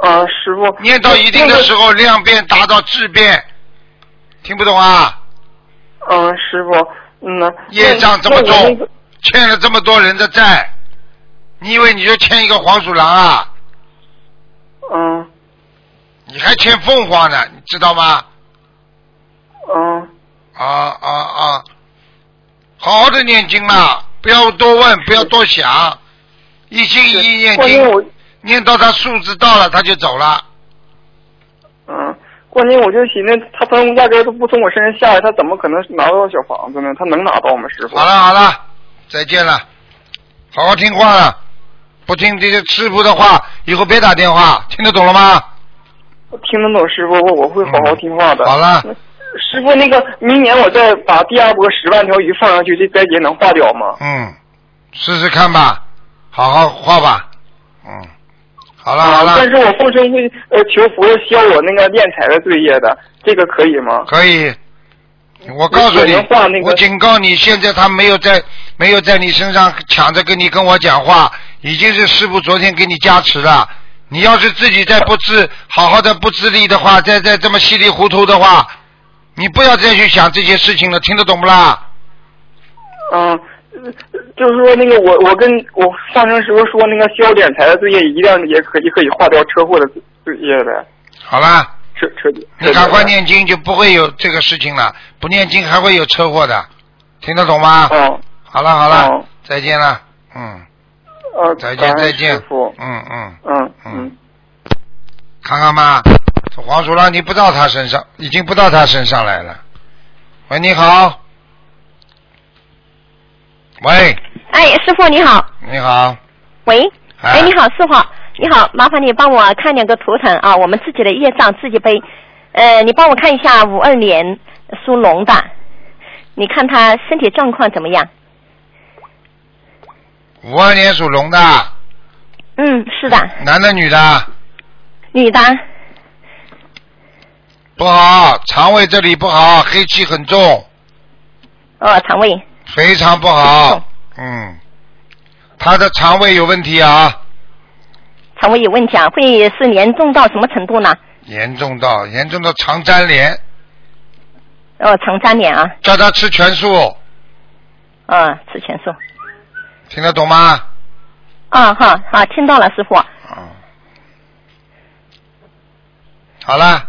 [SPEAKER 6] 啊，师傅，
[SPEAKER 1] 念到一定的时
[SPEAKER 6] 候，
[SPEAKER 1] 候，量变达到质变，听不懂啊？
[SPEAKER 6] 嗯，师傅，嗯呐，
[SPEAKER 1] 业障这么
[SPEAKER 6] 那我那
[SPEAKER 1] 重
[SPEAKER 6] 个，
[SPEAKER 1] 欠了这么多人的债，你以为你就欠一个黄鼠狼啊？
[SPEAKER 6] 嗯
[SPEAKER 1] 你还欠凤凰呢，你知道吗？
[SPEAKER 6] 嗯
[SPEAKER 1] 啊啊啊！好好的念经啦，不要多问，不要多想，一心一意念
[SPEAKER 6] 关键
[SPEAKER 1] 经，
[SPEAKER 6] 我
[SPEAKER 1] 念到他数字到了，他就走了。
[SPEAKER 6] 嗯，关键我就寻思，他从压根儿都不从我身上下来，他怎么可能拿到小房子呢？他能拿到吗，师傅？
[SPEAKER 1] 好了好了，再见了，好好听话了，不听这些师傅的话，以后别打电话，听得懂了吗？
[SPEAKER 6] 我听得懂师傅，我我会好好听话的。
[SPEAKER 1] 好嗯了，
[SPEAKER 6] 师傅，那个明年我再把第二波十万条鱼放上去，这灾劫能化掉吗？
[SPEAKER 1] 嗯，试试看吧，好好画吧，嗯，好了好
[SPEAKER 6] 啊，但
[SPEAKER 1] 了，
[SPEAKER 6] 是我奉生会呃求佛消我那个敛财的罪业的，这个可以吗？
[SPEAKER 1] 可以。我告诉你
[SPEAKER 6] 我只能画那，个
[SPEAKER 1] 我警告你，现在他没有在没有在你身上抢着跟你跟我讲话，已经是师傅昨天给你加持了。你要是自己再不自好好的不自立的话，再再这么稀里糊涂的话，你不要再去想这些事情了，听得懂不啦？
[SPEAKER 6] 嗯，就是说那个我我跟我上升时候说那个消敛财的罪业，一样也可以可以化掉车祸的罪业呗，
[SPEAKER 1] 好啦，
[SPEAKER 6] 彻彻底。
[SPEAKER 1] 你赶快
[SPEAKER 6] 彻底
[SPEAKER 1] 念经就不会有这个事情了，不念经还会有车祸的，听得懂吗？
[SPEAKER 6] 的。嗯
[SPEAKER 1] 好了好了
[SPEAKER 6] 哦，
[SPEAKER 1] 再见了，嗯，
[SPEAKER 6] 呃，
[SPEAKER 1] 再见
[SPEAKER 6] 感
[SPEAKER 1] 再
[SPEAKER 6] 恩
[SPEAKER 1] 见
[SPEAKER 6] 师傅，，
[SPEAKER 1] 嗯嗯。
[SPEAKER 6] 嗯
[SPEAKER 1] 嗯
[SPEAKER 6] 嗯。
[SPEAKER 1] 看看吧，这黄鼠狼你不到他身上，已经不到他身上来了。喂，你好。喂，
[SPEAKER 7] 哎，师傅你好，
[SPEAKER 1] 你好。
[SPEAKER 7] 喂，
[SPEAKER 1] 哎
[SPEAKER 7] 哎，你好，师傅，你好，麻烦你帮我看两个图腾啊，我们自己的业障自己背。呃，你帮我看一下五二年属龙的，你看他身体状况怎么样？
[SPEAKER 1] 五二年属龙的，
[SPEAKER 7] 嗯，是的，
[SPEAKER 1] 男的女的，
[SPEAKER 7] 女的，
[SPEAKER 1] 不好，肠胃这里不好，黑气很重，
[SPEAKER 7] 哦，肠胃，
[SPEAKER 1] 非常不好。嗯，他的肠胃有问题啊，
[SPEAKER 7] 肠胃有问题啊，会是严重到什么程度呢？
[SPEAKER 1] 严重到严重到肠粘连，
[SPEAKER 7] 哦，肠粘连啊，
[SPEAKER 1] 叫他吃全素，
[SPEAKER 7] 嗯，吃全素。
[SPEAKER 1] 听得懂吗？
[SPEAKER 7] 啊哈，好，听到了，师傅。
[SPEAKER 1] 嗯。好了。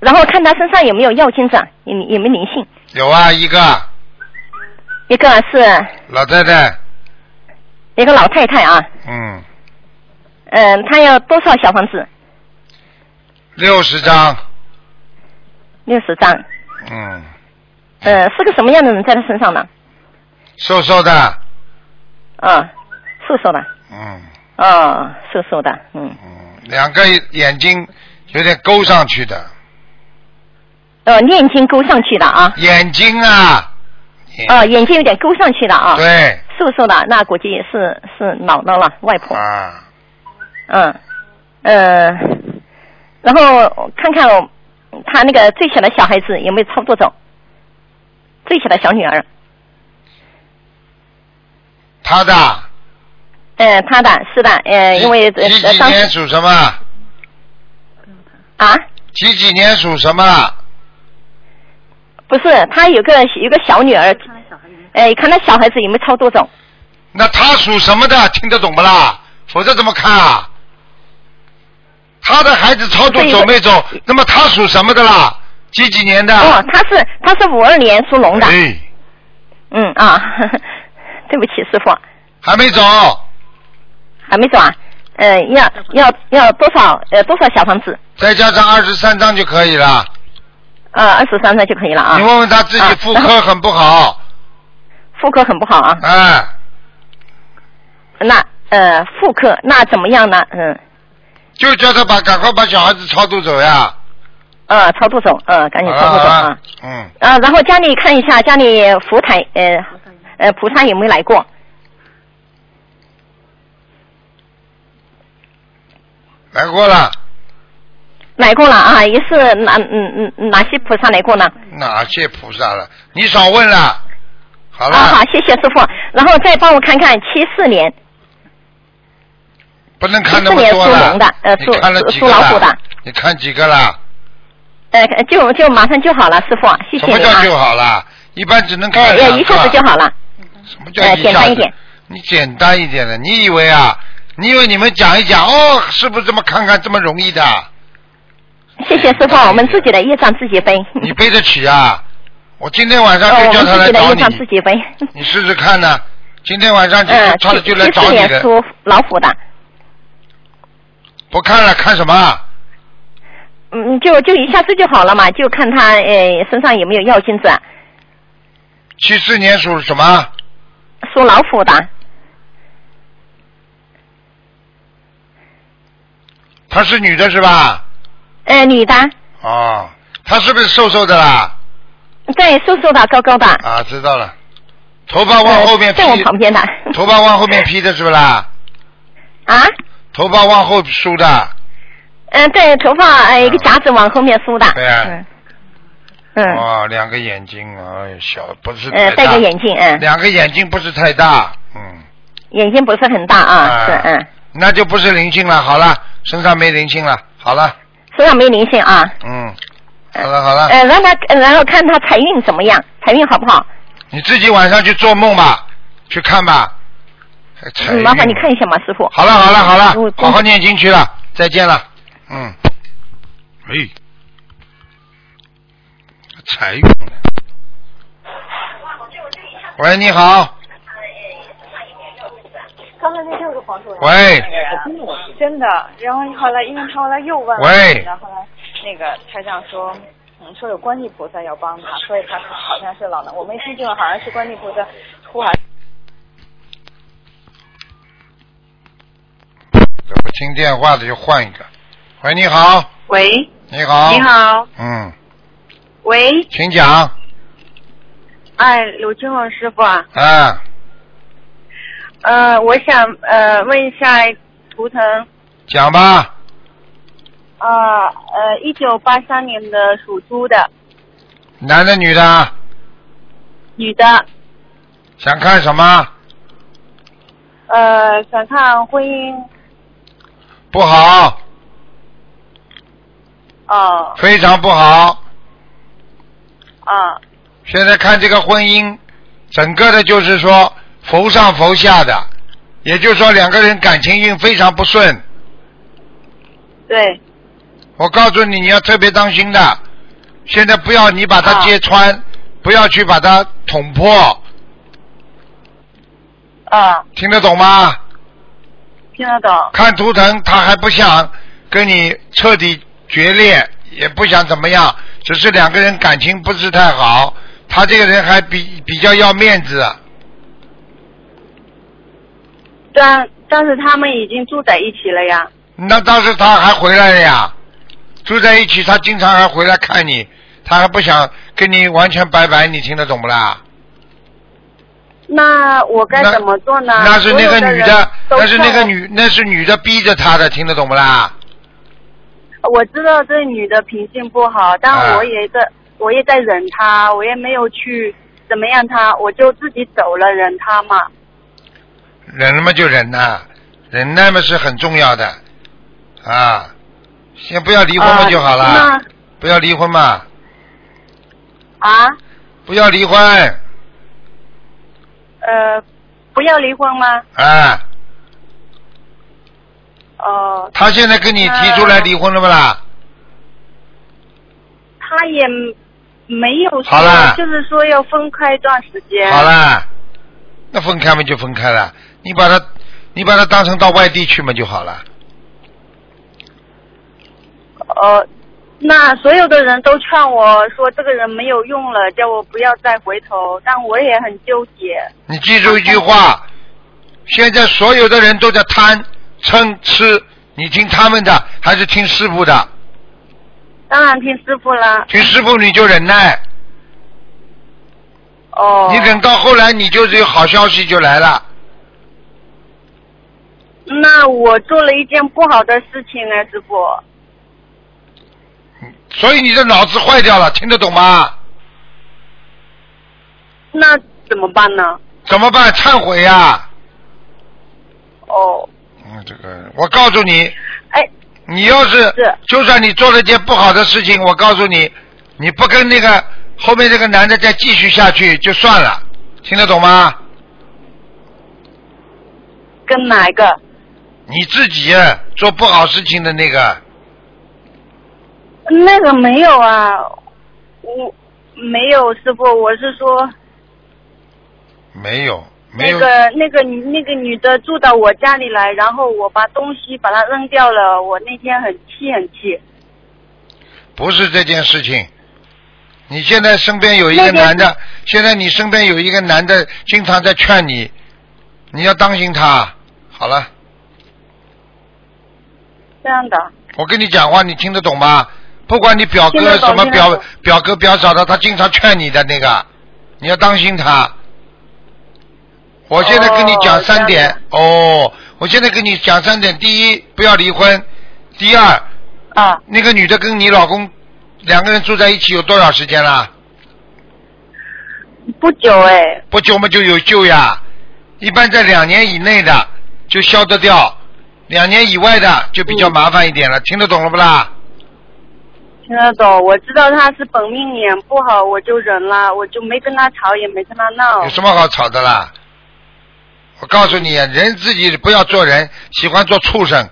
[SPEAKER 7] 然后看他身上有没有药精子，啊有有没有灵性？
[SPEAKER 1] 有啊，一个
[SPEAKER 7] 一个是
[SPEAKER 1] 老太太，
[SPEAKER 7] 一个老太太啊，
[SPEAKER 1] 嗯，
[SPEAKER 7] 嗯，她要多少小房子？
[SPEAKER 1] 六十张，
[SPEAKER 7] 六十张。
[SPEAKER 1] 嗯，
[SPEAKER 7] 呃，是个什么样的人在他身上呢？
[SPEAKER 1] 瘦瘦的，
[SPEAKER 7] 啊，瘦瘦的，
[SPEAKER 1] 嗯
[SPEAKER 7] 啊，瘦瘦的，嗯，
[SPEAKER 1] 嗯，两个眼睛有点勾上去的，
[SPEAKER 7] 呃，念经勾上去的啊，
[SPEAKER 1] 眼睛啊，眼
[SPEAKER 7] 啊，眼睛有点勾上去的啊，
[SPEAKER 1] 对，
[SPEAKER 7] 瘦瘦的，那估计是是姥姥了，外婆，
[SPEAKER 1] 啊，
[SPEAKER 7] 嗯，呃，然后看看我他那个最小的小孩子有没有操作走，最小的小女儿，
[SPEAKER 1] 他的，
[SPEAKER 7] 呃，他的是的，
[SPEAKER 1] 哎
[SPEAKER 7] 呃，因为呃
[SPEAKER 1] 几几
[SPEAKER 7] 当
[SPEAKER 1] 年
[SPEAKER 7] 时
[SPEAKER 1] 属什么？
[SPEAKER 7] 啊，
[SPEAKER 1] 几几年属什么？
[SPEAKER 7] 不是，他有个有个小女儿，呃，看他小孩子有没有操作走。
[SPEAKER 1] 那他属什么的？听得懂不啦？否则怎么看啊？他的孩子操作
[SPEAKER 7] 这一个
[SPEAKER 1] 走没走？那么他属什么的啦？几几年的？
[SPEAKER 7] 哦，他是他是五二年属龙的，
[SPEAKER 1] 啊哎，
[SPEAKER 7] 嗯啊， 对不起师傅，
[SPEAKER 1] 还没走。
[SPEAKER 7] 还没走啊，呃，要要要多少呃多少小房子？
[SPEAKER 1] 再加上二十三张就可以了。
[SPEAKER 7] 呃，二十三张就可以了啊
[SPEAKER 1] 你。问问他自己妇科 很不好，
[SPEAKER 7] 妇科很不好啊，
[SPEAKER 1] 哎，
[SPEAKER 7] 那呃妇科那怎么样呢？嗯
[SPEAKER 1] 就叫他把赶快把小孩子超度走呀。
[SPEAKER 7] 呃超度走，呃赶紧
[SPEAKER 1] 好
[SPEAKER 7] 超度
[SPEAKER 1] 了
[SPEAKER 7] 走
[SPEAKER 1] 好
[SPEAKER 7] 啊
[SPEAKER 1] 了。，嗯，
[SPEAKER 7] 啊，然后家里看一下家里佛台呃呃菩萨有没有来过？
[SPEAKER 1] 来过了，
[SPEAKER 7] 来过了啊，也是哪嗯嗯哪些菩萨来过呢？
[SPEAKER 1] 哪些菩萨了？你少问了。好
[SPEAKER 7] 啊好
[SPEAKER 1] 了，，
[SPEAKER 7] 谢谢师傅，然后再帮我看看七四年。
[SPEAKER 1] 不能看那么
[SPEAKER 7] 这
[SPEAKER 1] 多
[SPEAKER 7] 个也属
[SPEAKER 1] 了
[SPEAKER 7] 龙的。呃
[SPEAKER 1] 你
[SPEAKER 7] 属
[SPEAKER 1] 看了几个
[SPEAKER 7] 属属老虎
[SPEAKER 1] 了
[SPEAKER 7] 的？
[SPEAKER 1] 你看几个了？
[SPEAKER 7] 呃，就就马上就好了，师傅，谢
[SPEAKER 1] 什
[SPEAKER 7] 谢
[SPEAKER 1] 么
[SPEAKER 7] 你
[SPEAKER 1] 叫
[SPEAKER 7] 啊。
[SPEAKER 1] 就好哎了？一般只能看
[SPEAKER 7] 呃，
[SPEAKER 1] 两
[SPEAKER 7] 一下
[SPEAKER 1] 个
[SPEAKER 7] 子就好了。
[SPEAKER 1] 什么叫一
[SPEAKER 7] 哎简
[SPEAKER 1] 下
[SPEAKER 7] 单一
[SPEAKER 1] 子
[SPEAKER 7] 点？
[SPEAKER 1] 你简单一点的，你以为啊？你以为你们讲一讲哦，是不是这么看看这么容易的？
[SPEAKER 7] 谢谢师傅，我们自己的业障自己背。
[SPEAKER 1] 你背得起啊？我今天晚上
[SPEAKER 7] 呃，
[SPEAKER 1] 就
[SPEAKER 7] 我
[SPEAKER 1] 叫他
[SPEAKER 7] 们
[SPEAKER 1] 来
[SPEAKER 7] 自己的
[SPEAKER 1] 找
[SPEAKER 7] 业
[SPEAKER 1] 你
[SPEAKER 7] 障，自己背。
[SPEAKER 1] 你试试看呢、今天晚上就
[SPEAKER 7] 嗯，
[SPEAKER 1] 他就来
[SPEAKER 7] 七
[SPEAKER 1] 找
[SPEAKER 7] 四
[SPEAKER 1] 你
[SPEAKER 7] 年
[SPEAKER 1] 的，
[SPEAKER 7] 属老虎的，
[SPEAKER 1] 不看了，看什么？
[SPEAKER 7] 嗯，就就一下子就好了嘛，就看他呃身上有没有药精子啊，
[SPEAKER 1] 七四年属什么？
[SPEAKER 7] 属老虎的，
[SPEAKER 1] 她是女的是吧？
[SPEAKER 7] 呃，女的，
[SPEAKER 1] 哦，她是不是瘦瘦的啦？
[SPEAKER 7] 对，瘦瘦的，高高的，
[SPEAKER 1] 啊，知道了，头发往
[SPEAKER 7] 呃
[SPEAKER 1] 后面披
[SPEAKER 7] 在，我旁边的。
[SPEAKER 1] 头发往后面披的是不是啦？
[SPEAKER 7] 啊？
[SPEAKER 1] 头发往后梳的，
[SPEAKER 7] 嗯，对，头发呃一个夹子往后面梳的。
[SPEAKER 1] 嗯对啊
[SPEAKER 7] 嗯。嗯，
[SPEAKER 1] 哦，两个眼睛，哎，小不是太
[SPEAKER 7] 呃，
[SPEAKER 1] 大，
[SPEAKER 7] 戴个眼镜，嗯，
[SPEAKER 1] 两个眼睛不是太大，嗯，
[SPEAKER 7] 眼睛不是很大啊，是嗯，
[SPEAKER 1] 那就不是灵性了，好了，身上没灵性了，好了，
[SPEAKER 7] 身上没灵性啊。
[SPEAKER 1] 嗯，好了好了，
[SPEAKER 7] 呃，让他，呃然后看他财运怎么样，财运好不好？
[SPEAKER 1] 你自己晚上去做梦吧，去看吧。还财
[SPEAKER 7] 嗯，麻烦
[SPEAKER 1] 运
[SPEAKER 7] 你看一下嘛，师傅。嗯
[SPEAKER 1] 好了好了好
[SPEAKER 7] 我
[SPEAKER 1] 了，好好念经去了，再见了。嗯。哎，财运。喂，你好。
[SPEAKER 4] 刚才那就是黄主任。
[SPEAKER 1] 喂，
[SPEAKER 4] 真的，然后后来，因为他后来又问了，
[SPEAKER 1] 喂
[SPEAKER 4] 然后后来那个台长说，嗯，说有观世菩萨要帮他，所以他好像是老能，我没听清楚，好像是观世菩萨呼喊。
[SPEAKER 1] 怎么听电话的就换一个？喂，你好，
[SPEAKER 4] 喂，
[SPEAKER 1] 你好，
[SPEAKER 4] 你，好，
[SPEAKER 1] 嗯，
[SPEAKER 4] 喂，
[SPEAKER 1] 请讲。
[SPEAKER 4] 哎，柳金龙师傅啊，
[SPEAKER 1] 啊，
[SPEAKER 4] 呃，我想呃问一下图腾，
[SPEAKER 1] 讲吧，
[SPEAKER 4] 啊呃，一九八三年的属猪的
[SPEAKER 1] 男的女的，
[SPEAKER 4] 女的，
[SPEAKER 1] 想看什么？
[SPEAKER 4] 呃，想看婚姻
[SPEAKER 1] 不好，
[SPEAKER 4] 哦
[SPEAKER 1] 非常不好。
[SPEAKER 4] 啊
[SPEAKER 1] 现在看这个婚姻，整个的就是说佛上佛下的，也就是说两个人感情运非常不顺。
[SPEAKER 4] 对，
[SPEAKER 1] 我告诉你，你要特别当心的。现在不要你把它
[SPEAKER 4] 啊
[SPEAKER 1] 揭穿，不要去把它捅破，
[SPEAKER 4] 啊，
[SPEAKER 1] 听得懂吗？
[SPEAKER 4] 听得懂。
[SPEAKER 1] 看图腾，他还不想跟你彻底决裂，也不想怎么样，只是两个人感情不是太好。他这个人还比比较要面子，
[SPEAKER 4] 但但是他们已经住在一起了呀。
[SPEAKER 1] 那当时他还回来了呀，住在一起，他经常还回来看你，他还不想跟你完全拜拜，你听得懂不啦？
[SPEAKER 4] 那我该
[SPEAKER 1] 那
[SPEAKER 4] 怎么做呢？
[SPEAKER 1] 那是那
[SPEAKER 4] 所
[SPEAKER 1] 个
[SPEAKER 4] 有的
[SPEAKER 1] 女
[SPEAKER 4] 人
[SPEAKER 1] 的，
[SPEAKER 4] 都
[SPEAKER 1] 那是那个
[SPEAKER 4] 劝
[SPEAKER 1] 女，那是女的逼着他的，听得懂不啦？
[SPEAKER 4] 我。我知道这女的品性不好，但
[SPEAKER 1] 啊
[SPEAKER 4] 我也在、我也在忍她，我也没有去怎么样她，我就自己走了，忍她嘛。
[SPEAKER 1] 忍了嘛就忍呐、忍耐嘛是很重要的，啊，先不要离婚嘛
[SPEAKER 4] 啊
[SPEAKER 1] 就好了，
[SPEAKER 4] 那
[SPEAKER 1] 不要离婚嘛，
[SPEAKER 4] 啊，
[SPEAKER 1] 不要离婚，
[SPEAKER 4] 呃，不要离婚吗？
[SPEAKER 1] 啊，
[SPEAKER 4] 哦、
[SPEAKER 1] 他现在跟你提出来
[SPEAKER 4] 啊
[SPEAKER 1] 离婚了不啦？
[SPEAKER 4] 她也没有说
[SPEAKER 1] 好啦，
[SPEAKER 4] 就是说要分开一段时间。
[SPEAKER 1] 好啦，那分开嘛就分开了，你把它你把它当成到外地去嘛就好了。
[SPEAKER 4] 呃，那所有的人都劝我说这个人没有用了，叫我不要再回头，但我也很纠结。
[SPEAKER 1] 你记住一句
[SPEAKER 4] 啊
[SPEAKER 1] 话，现在所有的人都在贪、嗔、痴，你听他们的还是听师傅的？
[SPEAKER 4] 当然听师傅啦。
[SPEAKER 1] 听师傅你就忍耐，
[SPEAKER 4] 哦。
[SPEAKER 1] 你忍到后来你就是有好消息就来了。
[SPEAKER 4] 那我做了一件不好的事情哎，师傅。
[SPEAKER 1] 所以你的脑子坏掉了，听得懂吗？
[SPEAKER 4] 那怎么办呢？
[SPEAKER 1] 怎么办？忏悔呀、
[SPEAKER 4] 哦，
[SPEAKER 1] 嗯，这个我告诉你，
[SPEAKER 4] 哎，
[SPEAKER 1] 你要是就算你做了件不好的事情，我告诉你，你不跟那个后面这个男的再继续下去就算了，听得懂吗？
[SPEAKER 5] 跟哪一个？
[SPEAKER 1] 你自己做不好事情的那个，
[SPEAKER 5] 那个没有啊，我没有师傅，我是说
[SPEAKER 1] 没有没
[SPEAKER 5] 那
[SPEAKER 1] 有，
[SPEAKER 5] 个那个女那个女的住到我家里来，然后我把东西把她扔掉了，我那天很气很气。
[SPEAKER 1] 不是这件事情。你现在身边有一个
[SPEAKER 5] 那件事
[SPEAKER 1] 男的，现在你身边有一个男的，经常在劝你，你要当心他。好了，
[SPEAKER 5] 这样的，
[SPEAKER 1] 我跟你讲话，你听得懂吗？不管你表
[SPEAKER 5] 听
[SPEAKER 1] 哥
[SPEAKER 5] 得懂
[SPEAKER 1] 什么
[SPEAKER 5] 听得
[SPEAKER 1] 表
[SPEAKER 5] 懂
[SPEAKER 1] 表哥表嫂的，他经常劝你的那个，你要当心他。我现在跟你讲
[SPEAKER 5] 哦
[SPEAKER 1] 三
[SPEAKER 5] 这
[SPEAKER 1] 点
[SPEAKER 5] 样
[SPEAKER 1] 哦，我现在跟你讲三点：第一，不要离婚；第二，
[SPEAKER 5] 啊，
[SPEAKER 1] 那个女的跟你老公两个人住在一起有多少时间啦？
[SPEAKER 5] 不久哎，
[SPEAKER 1] 不久嘛就有救呀，一般在两年以内的就消得掉，两年以外的就比较
[SPEAKER 5] 嗯
[SPEAKER 1] 麻烦一点了，听得懂了不啦？
[SPEAKER 5] 听得懂，我知道她是本命年不好，我就忍了，我就没跟她吵，也没跟她闹
[SPEAKER 1] 有。什么好吵的啦？我告诉你，啊人自己不要做人，喜欢做畜生，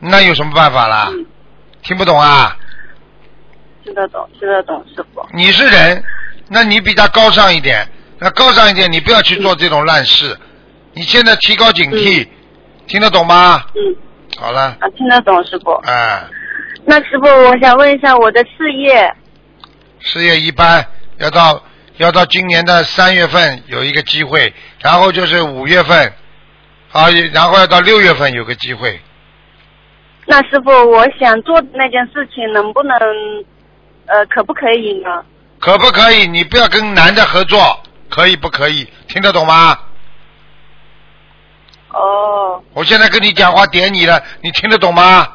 [SPEAKER 1] 那有什么办法啦？
[SPEAKER 5] 嗯
[SPEAKER 1] 听不懂啊？
[SPEAKER 5] 听得懂，听得懂，师傅。
[SPEAKER 1] 你是人，那你比他高尚一点，那高尚一点，你不要去做这种烂事。你现在提高警惕，听得懂吗？
[SPEAKER 5] 嗯，
[SPEAKER 1] 好了，
[SPEAKER 5] 啊，听得懂，师傅。
[SPEAKER 1] 哎、
[SPEAKER 5] 那师傅，我想问一下我的事业，
[SPEAKER 1] 事业一般，要到要到今年的三月份有一个机会，然后就是五月份，啊，然后要到六月份有个机会。
[SPEAKER 5] 那师傅，我想做的那件事情能不能，呃，可不可以呢？
[SPEAKER 1] 可不可以？你不要跟男的合作，可以不可以？听得懂吗？
[SPEAKER 5] 哦，
[SPEAKER 1] 我现在跟你讲话点你了，你听得懂吗？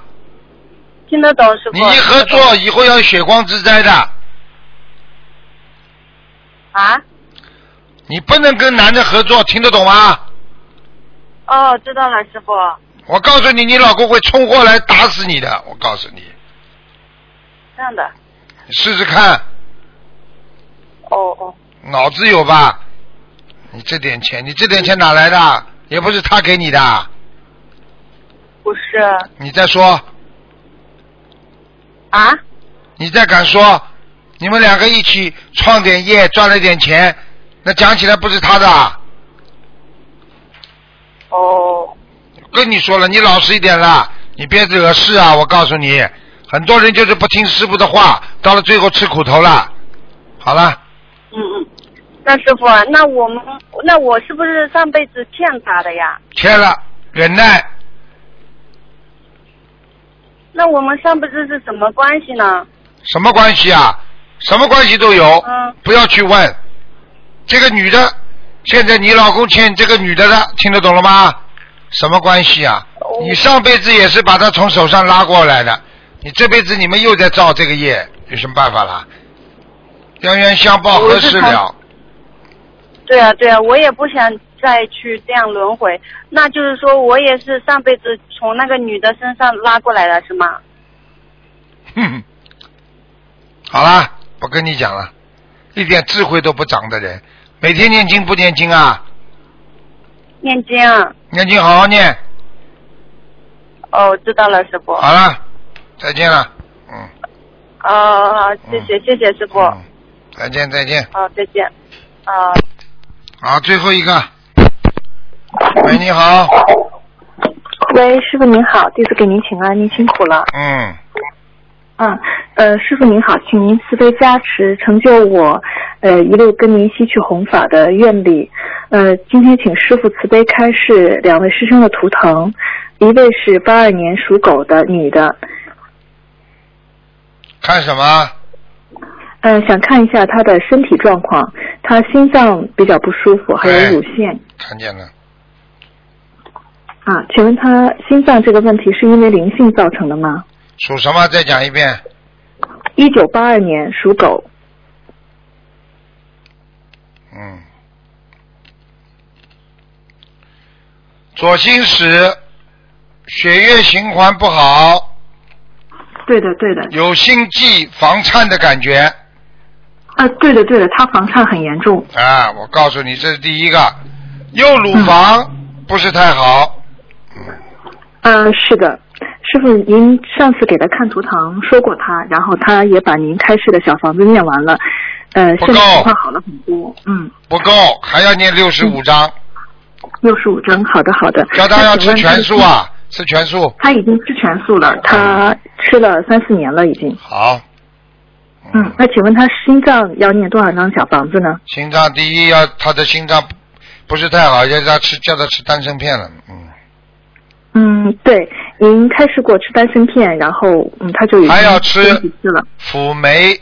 [SPEAKER 5] 听得懂，师傅。
[SPEAKER 1] 你一合作，以后要血光之灾的，
[SPEAKER 5] 啊？
[SPEAKER 1] 你不能跟男的合作，听得懂吗？
[SPEAKER 5] 哦，知道了，师傅。
[SPEAKER 1] 我告诉你，你老公会冲过来打死你的，我告诉你，
[SPEAKER 5] 这样的。
[SPEAKER 1] 你试试看，
[SPEAKER 5] 哦哦，
[SPEAKER 1] 脑子有吧？你这点钱，你这点钱哪来
[SPEAKER 5] 嗯
[SPEAKER 1] 的？也不是他给你的，
[SPEAKER 5] 不是
[SPEAKER 1] 你再说，
[SPEAKER 5] 啊？
[SPEAKER 1] 你再敢说，你们两个一起创点业赚了点钱，那讲起来不是他的啊。
[SPEAKER 5] 哦，
[SPEAKER 1] 跟你说了，你老实一点啦，你别惹事啊！我告诉你，很多人就是不听师傅的话，到了最后吃苦头了。好了，
[SPEAKER 5] 嗯嗯。那师傅，啊那我们，那我是不是上辈子欠他的呀？
[SPEAKER 1] 切了，忍耐，
[SPEAKER 5] 那我们上辈子是什么关系呢？
[SPEAKER 1] 什么关系啊？什么关系都有，
[SPEAKER 5] 嗯，
[SPEAKER 1] 不要去问。这个女的，现在你老公欠这个女的的，听得懂了吗？什么关系啊？你上辈子也是把她从手上拉过来的，你这辈子你们又在造这个业，有什么办法啦？冤冤相报何时了？
[SPEAKER 5] 对啊，对啊，我也不想再去这样轮回。那就是说我也是上辈子从那个女的身上拉过来的，是吗？
[SPEAKER 1] 哼，好啦，不跟你讲了，一点智慧都不长的人，每天念经不念经啊？
[SPEAKER 5] 念经啊。
[SPEAKER 1] 念经好好念。
[SPEAKER 5] 哦，知道了，师傅。
[SPEAKER 1] 好了，再见了，嗯，
[SPEAKER 5] 哦，好，谢谢，谢谢师傅。
[SPEAKER 1] 嗯，再见再见。
[SPEAKER 5] 好，再见。啊、
[SPEAKER 1] 好，最后一个。喂，你好，
[SPEAKER 7] 喂，师傅您好，弟子给您请安，您辛苦了。
[SPEAKER 1] 嗯，
[SPEAKER 7] 啊，呃，师傅您好，请您慈悲加持，成就我，呃，一路跟您吸取弘法的愿力。呃，今天请师傅慈悲开示两位师兄的图腾，一位是八二年属狗的女的，
[SPEAKER 1] 看什么？
[SPEAKER 7] 呃，想看一下她的身体状况，她心脏比较不舒服，还
[SPEAKER 1] 哎
[SPEAKER 7] 有乳腺。
[SPEAKER 1] 看见了，
[SPEAKER 7] 啊，请问她心脏这个问题是因为灵性造成的吗？
[SPEAKER 1] 属什么？再讲一遍。
[SPEAKER 7] 一九八二年属狗，
[SPEAKER 1] 嗯，左心室血液循环不好，
[SPEAKER 7] 对的，对的，
[SPEAKER 1] 有心悸、房颤的感觉
[SPEAKER 7] 啊，对的，对的，他房颤很严重。
[SPEAKER 1] 啊！我告诉你，这是第一个，右乳房不是太好，
[SPEAKER 7] 嗯、是的，师傅，您上次给他看图腾说过他，然后他也把您开示的小房子念完了，呃，
[SPEAKER 1] 不
[SPEAKER 7] 现在
[SPEAKER 1] 够
[SPEAKER 7] 情况好了很多，嗯，
[SPEAKER 1] 不够，还要念六十五章，
[SPEAKER 7] 六十五张，好的好的。
[SPEAKER 1] 叫他要
[SPEAKER 7] 那请
[SPEAKER 1] 吃
[SPEAKER 7] 问他
[SPEAKER 1] 全素啊，嗯吃全素。
[SPEAKER 7] 他已经吃全素了，他吃了三四年了已经。
[SPEAKER 1] 好，
[SPEAKER 7] 嗯，那请问他心脏要念多少张小房子呢？
[SPEAKER 1] 心脏第一要他的心脏不是太好，要他吃叫他吃丹参片了，嗯，
[SPEAKER 7] 嗯，对，您开始过吃丹参片，然后嗯，他就已经
[SPEAKER 1] 还要吃
[SPEAKER 7] 连续吃了
[SPEAKER 1] 辅酶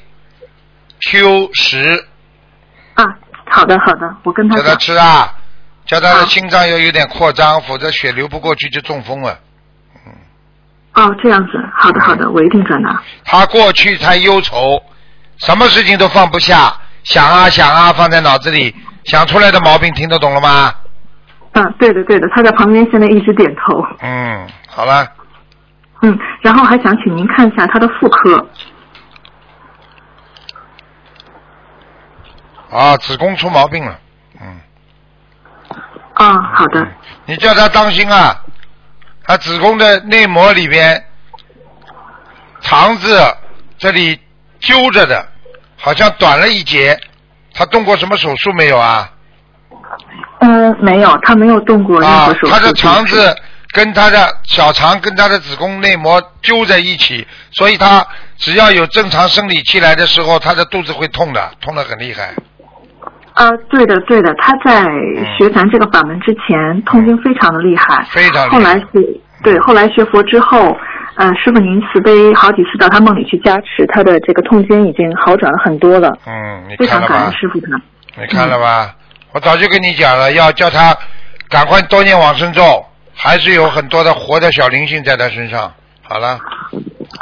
[SPEAKER 1] Q 十
[SPEAKER 7] 啊。好的好的，我跟他
[SPEAKER 1] 叫他
[SPEAKER 7] 讲。
[SPEAKER 1] 吃啊，叫他的心脏要有点扩张，否则血流不过去就中风了。
[SPEAKER 7] 哦，这样子，好的好的，我一定转达。
[SPEAKER 1] 他过去太忧愁，什么事情都放不下，想啊想啊，放在脑子里，想出来的毛病，听得懂了吗？
[SPEAKER 7] 嗯，对的对的，他在旁边现在一直点头。
[SPEAKER 1] 嗯，好了，
[SPEAKER 7] 嗯，然后还想请您看一下他的妇科。
[SPEAKER 1] 啊，子宫出毛病了，
[SPEAKER 7] 啊、好的，
[SPEAKER 1] 你叫他当心啊，他子宫的内膜里边，肠子这里揪着的，好像短了一截，他动过什么手术没有啊？
[SPEAKER 7] 嗯，没有，他没有动过任
[SPEAKER 1] 啊
[SPEAKER 7] 何手，术。
[SPEAKER 1] 他的肠子跟他的小肠跟他的子宫内膜揪在一起，所以他只要有正常生理期来的时候，他的肚子会痛的，痛得很厉害。
[SPEAKER 7] 啊，对的，对的，他在
[SPEAKER 1] 嗯
[SPEAKER 7] 学咱这个法门之前，痛经非常的厉害，
[SPEAKER 1] 非常厉害
[SPEAKER 7] 后来学对，后来学佛之后，呃，师傅您慈悲，好几次到他梦里去加持，他的这个痛经已经好转了很多了，
[SPEAKER 1] 嗯，你
[SPEAKER 7] 非
[SPEAKER 1] 看
[SPEAKER 7] 常
[SPEAKER 1] 了
[SPEAKER 7] 感恩
[SPEAKER 1] 吧？
[SPEAKER 7] 师傅他。
[SPEAKER 1] 你看了吧？我早就跟你讲了，要叫他赶快多念往生咒，还是有很多的活的小灵性在他身上。好了，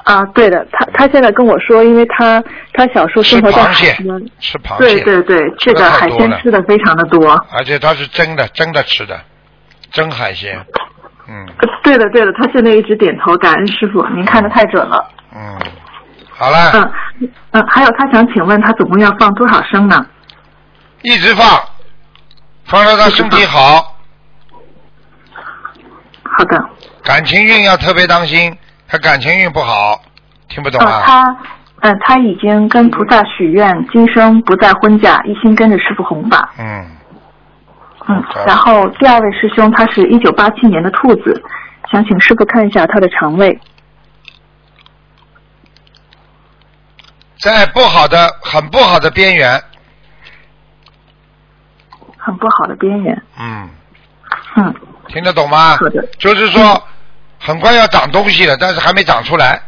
[SPEAKER 7] 啊，对的，他他现在跟我说，因为他他小时候
[SPEAKER 1] 吃
[SPEAKER 7] 生活在
[SPEAKER 1] 螃
[SPEAKER 7] 海
[SPEAKER 1] 蟹
[SPEAKER 7] 边，
[SPEAKER 1] 吃螃
[SPEAKER 7] 对
[SPEAKER 1] 蟹，
[SPEAKER 7] 对对，这
[SPEAKER 1] 吃得太
[SPEAKER 7] 个海
[SPEAKER 1] 多
[SPEAKER 7] 鲜
[SPEAKER 1] 了
[SPEAKER 7] 吃的非常的多。
[SPEAKER 1] 而且他是蒸的，蒸的吃的，蒸海鲜。嗯
[SPEAKER 7] 呃对的对的，他现在一直点头，感恩师傅，您看的太准了。
[SPEAKER 1] 嗯，好了。
[SPEAKER 7] 嗯嗯，还有他想请问他总共要放多少升呢？
[SPEAKER 1] 一直放，放到他身体好。
[SPEAKER 7] 好的。
[SPEAKER 1] 感情运要特别当心，他感情运不好，听不懂
[SPEAKER 7] 呃，
[SPEAKER 1] 啊？
[SPEAKER 7] 他呃，他已经跟菩萨许愿，今生不再婚嫁，一心跟着师傅弘法。
[SPEAKER 1] 嗯，
[SPEAKER 7] 嗯
[SPEAKER 1] 好，
[SPEAKER 7] 然后第二位师兄，他是一九八七年的兔子，想请师傅看一下他的肠胃。
[SPEAKER 1] 在不好的、很不好的边缘，
[SPEAKER 7] 很不好的边缘，
[SPEAKER 1] 嗯，
[SPEAKER 7] 嗯，
[SPEAKER 1] 听得懂吗？
[SPEAKER 7] 好的，
[SPEAKER 1] 就是说，很快要长东西了，但是还没长出来。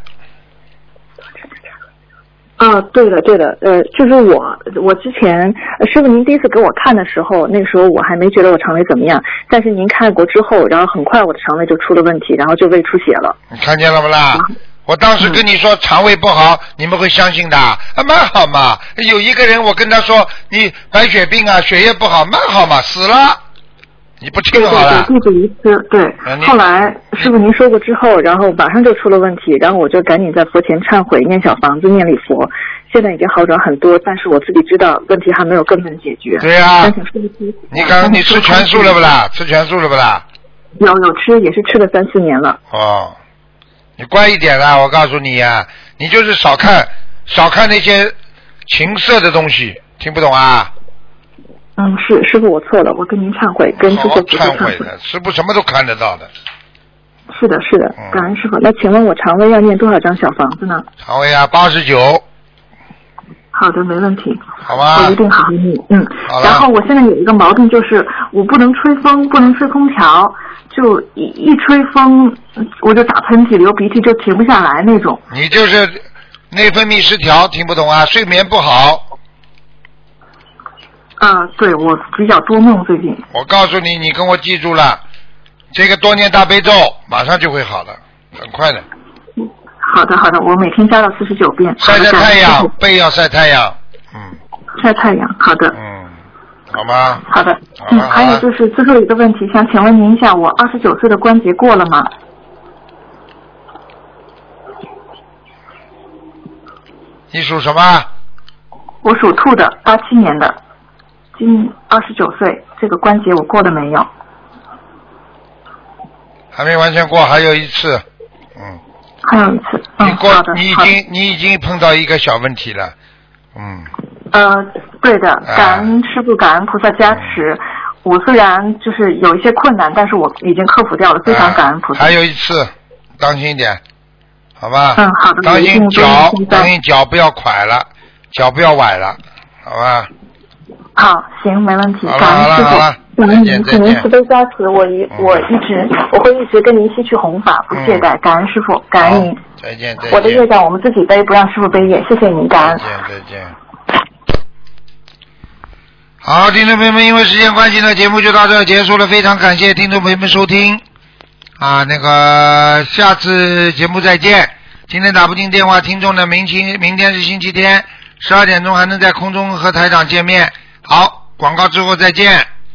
[SPEAKER 7] 啊，对的，对的，呃，就是我，我之前、呃师傅您第一次给我看的时候，那个时候我还没觉得我肠胃怎么样，但是您看过之后，然后很快我的肠胃就出了问题，然后就胃出血了。
[SPEAKER 1] 你看见了不啦？我当时跟你说肠胃不好，你们会相信的，啊，蛮好嘛。有一个人，我跟他说你白血病啊，血液不好，蛮好嘛，死了，你不
[SPEAKER 7] 对
[SPEAKER 1] 听
[SPEAKER 7] 对
[SPEAKER 1] 好了
[SPEAKER 7] 对，。弟子遗失。对
[SPEAKER 1] 啊你，
[SPEAKER 7] 后来师傅您说过之后，然后马上就出了问题，然后我就赶紧在佛前忏悔，念小房子，念礼佛，现在已经好转很多，但是我自己知道问题还没有根本解决。
[SPEAKER 1] 对啊呀、
[SPEAKER 7] 但请师傅
[SPEAKER 1] 你刚刚你吃全素了不啦？吃全素了不啦？
[SPEAKER 7] 有有吃，也是吃了三四年了。
[SPEAKER 1] 哦，你乖一点啦！我告诉你呀、你就是少看少看那些情色的东西，听不懂啊？
[SPEAKER 7] 嗯，是师傅我错了，我跟您忏悔，跟
[SPEAKER 1] 好
[SPEAKER 7] 诸
[SPEAKER 1] 好
[SPEAKER 7] 佛菩萨
[SPEAKER 1] 忏
[SPEAKER 7] 忏
[SPEAKER 1] 悔
[SPEAKER 7] 悔。
[SPEAKER 1] 的，师傅什么都看得到的。
[SPEAKER 7] 是的，是的
[SPEAKER 1] 嗯，
[SPEAKER 7] 感恩师傅。那请问我肠胃要念多少张小房子呢？
[SPEAKER 1] 肠胃啊，八十九，
[SPEAKER 7] 好的，没问题，
[SPEAKER 1] 好
[SPEAKER 7] 我
[SPEAKER 1] 吧
[SPEAKER 7] 一？定好好念。嗯，
[SPEAKER 1] 啊好
[SPEAKER 7] 然后
[SPEAKER 1] 了，
[SPEAKER 7] 我现在有一个毛病，就是我不能吹风，不能吹空调，就一一吹风我就打喷嚏、流鼻涕，就停不下来那种。
[SPEAKER 1] 你就是内分泌失调，听不懂啊？睡眠不好，
[SPEAKER 7] 啊，对我比较多梦最近。
[SPEAKER 1] 我告诉你，你跟我记住了，这个多念大悲咒，马上就会好的，很快的。
[SPEAKER 7] 好的，好的，我每天加到四十九遍。
[SPEAKER 1] 晒晒
[SPEAKER 7] 好的
[SPEAKER 1] 太，
[SPEAKER 7] 感
[SPEAKER 1] 阳
[SPEAKER 7] 恩师，
[SPEAKER 1] 背要晒太阳，嗯
[SPEAKER 7] 父晒太阳。好的，
[SPEAKER 1] 嗯，好吗？
[SPEAKER 7] 好的。
[SPEAKER 1] 好
[SPEAKER 7] 嗯，
[SPEAKER 1] 了
[SPEAKER 7] 还
[SPEAKER 1] 好
[SPEAKER 7] 有
[SPEAKER 1] 了
[SPEAKER 7] 就是最后一个问题，想请问您一下，我二十九岁的关节过了吗？
[SPEAKER 1] 你属什么？
[SPEAKER 7] 我属兔的，八七年的，今二十九岁，这个关节我过了没有？
[SPEAKER 1] 还没完全过，还有一次。嗯。
[SPEAKER 7] 还有一次，嗯
[SPEAKER 1] 你过，你已经你已经碰到一个小问题了。嗯，
[SPEAKER 7] 呃，对的，
[SPEAKER 1] 啊
[SPEAKER 7] 感恩师傅，感恩菩萨加持。我虽然就是有一些困难，但是我已经克服掉了，非常感恩菩萨。
[SPEAKER 1] 啊还有一次，当心一点，好吧？
[SPEAKER 7] 嗯好的
[SPEAKER 1] 当
[SPEAKER 7] 我一
[SPEAKER 1] 心
[SPEAKER 7] 定注意
[SPEAKER 1] 脚
[SPEAKER 7] 听，的
[SPEAKER 1] 当心脚不要拐了，脚不要崴了，好吧？
[SPEAKER 7] 好，行，没问题，
[SPEAKER 1] 好了
[SPEAKER 7] 嗯感恩师
[SPEAKER 1] 好
[SPEAKER 7] 嗯
[SPEAKER 1] 了好了
[SPEAKER 7] 傅，感恩
[SPEAKER 1] 再见嗯
[SPEAKER 7] 您，请
[SPEAKER 1] 再
[SPEAKER 7] 您
[SPEAKER 1] 见
[SPEAKER 7] 慈悲加持，我一我一直我会一直跟您吸取弘法，不懈
[SPEAKER 1] 嗯
[SPEAKER 7] 怠，感恩师傅，感恩您。
[SPEAKER 1] 再见，再见。
[SPEAKER 7] 我的业障我们自己背，不让师傅背业，谢谢您，感恩。
[SPEAKER 1] 再见。好，听众朋友们，因为时间关系呢，节目就到这儿结束了。非常感谢听众朋友们收听啊，那个下次节目再见。今天打不进电话，听众呢，明天明天是星期天，十二点钟还能在空中和台长见面。好，广告之后再见。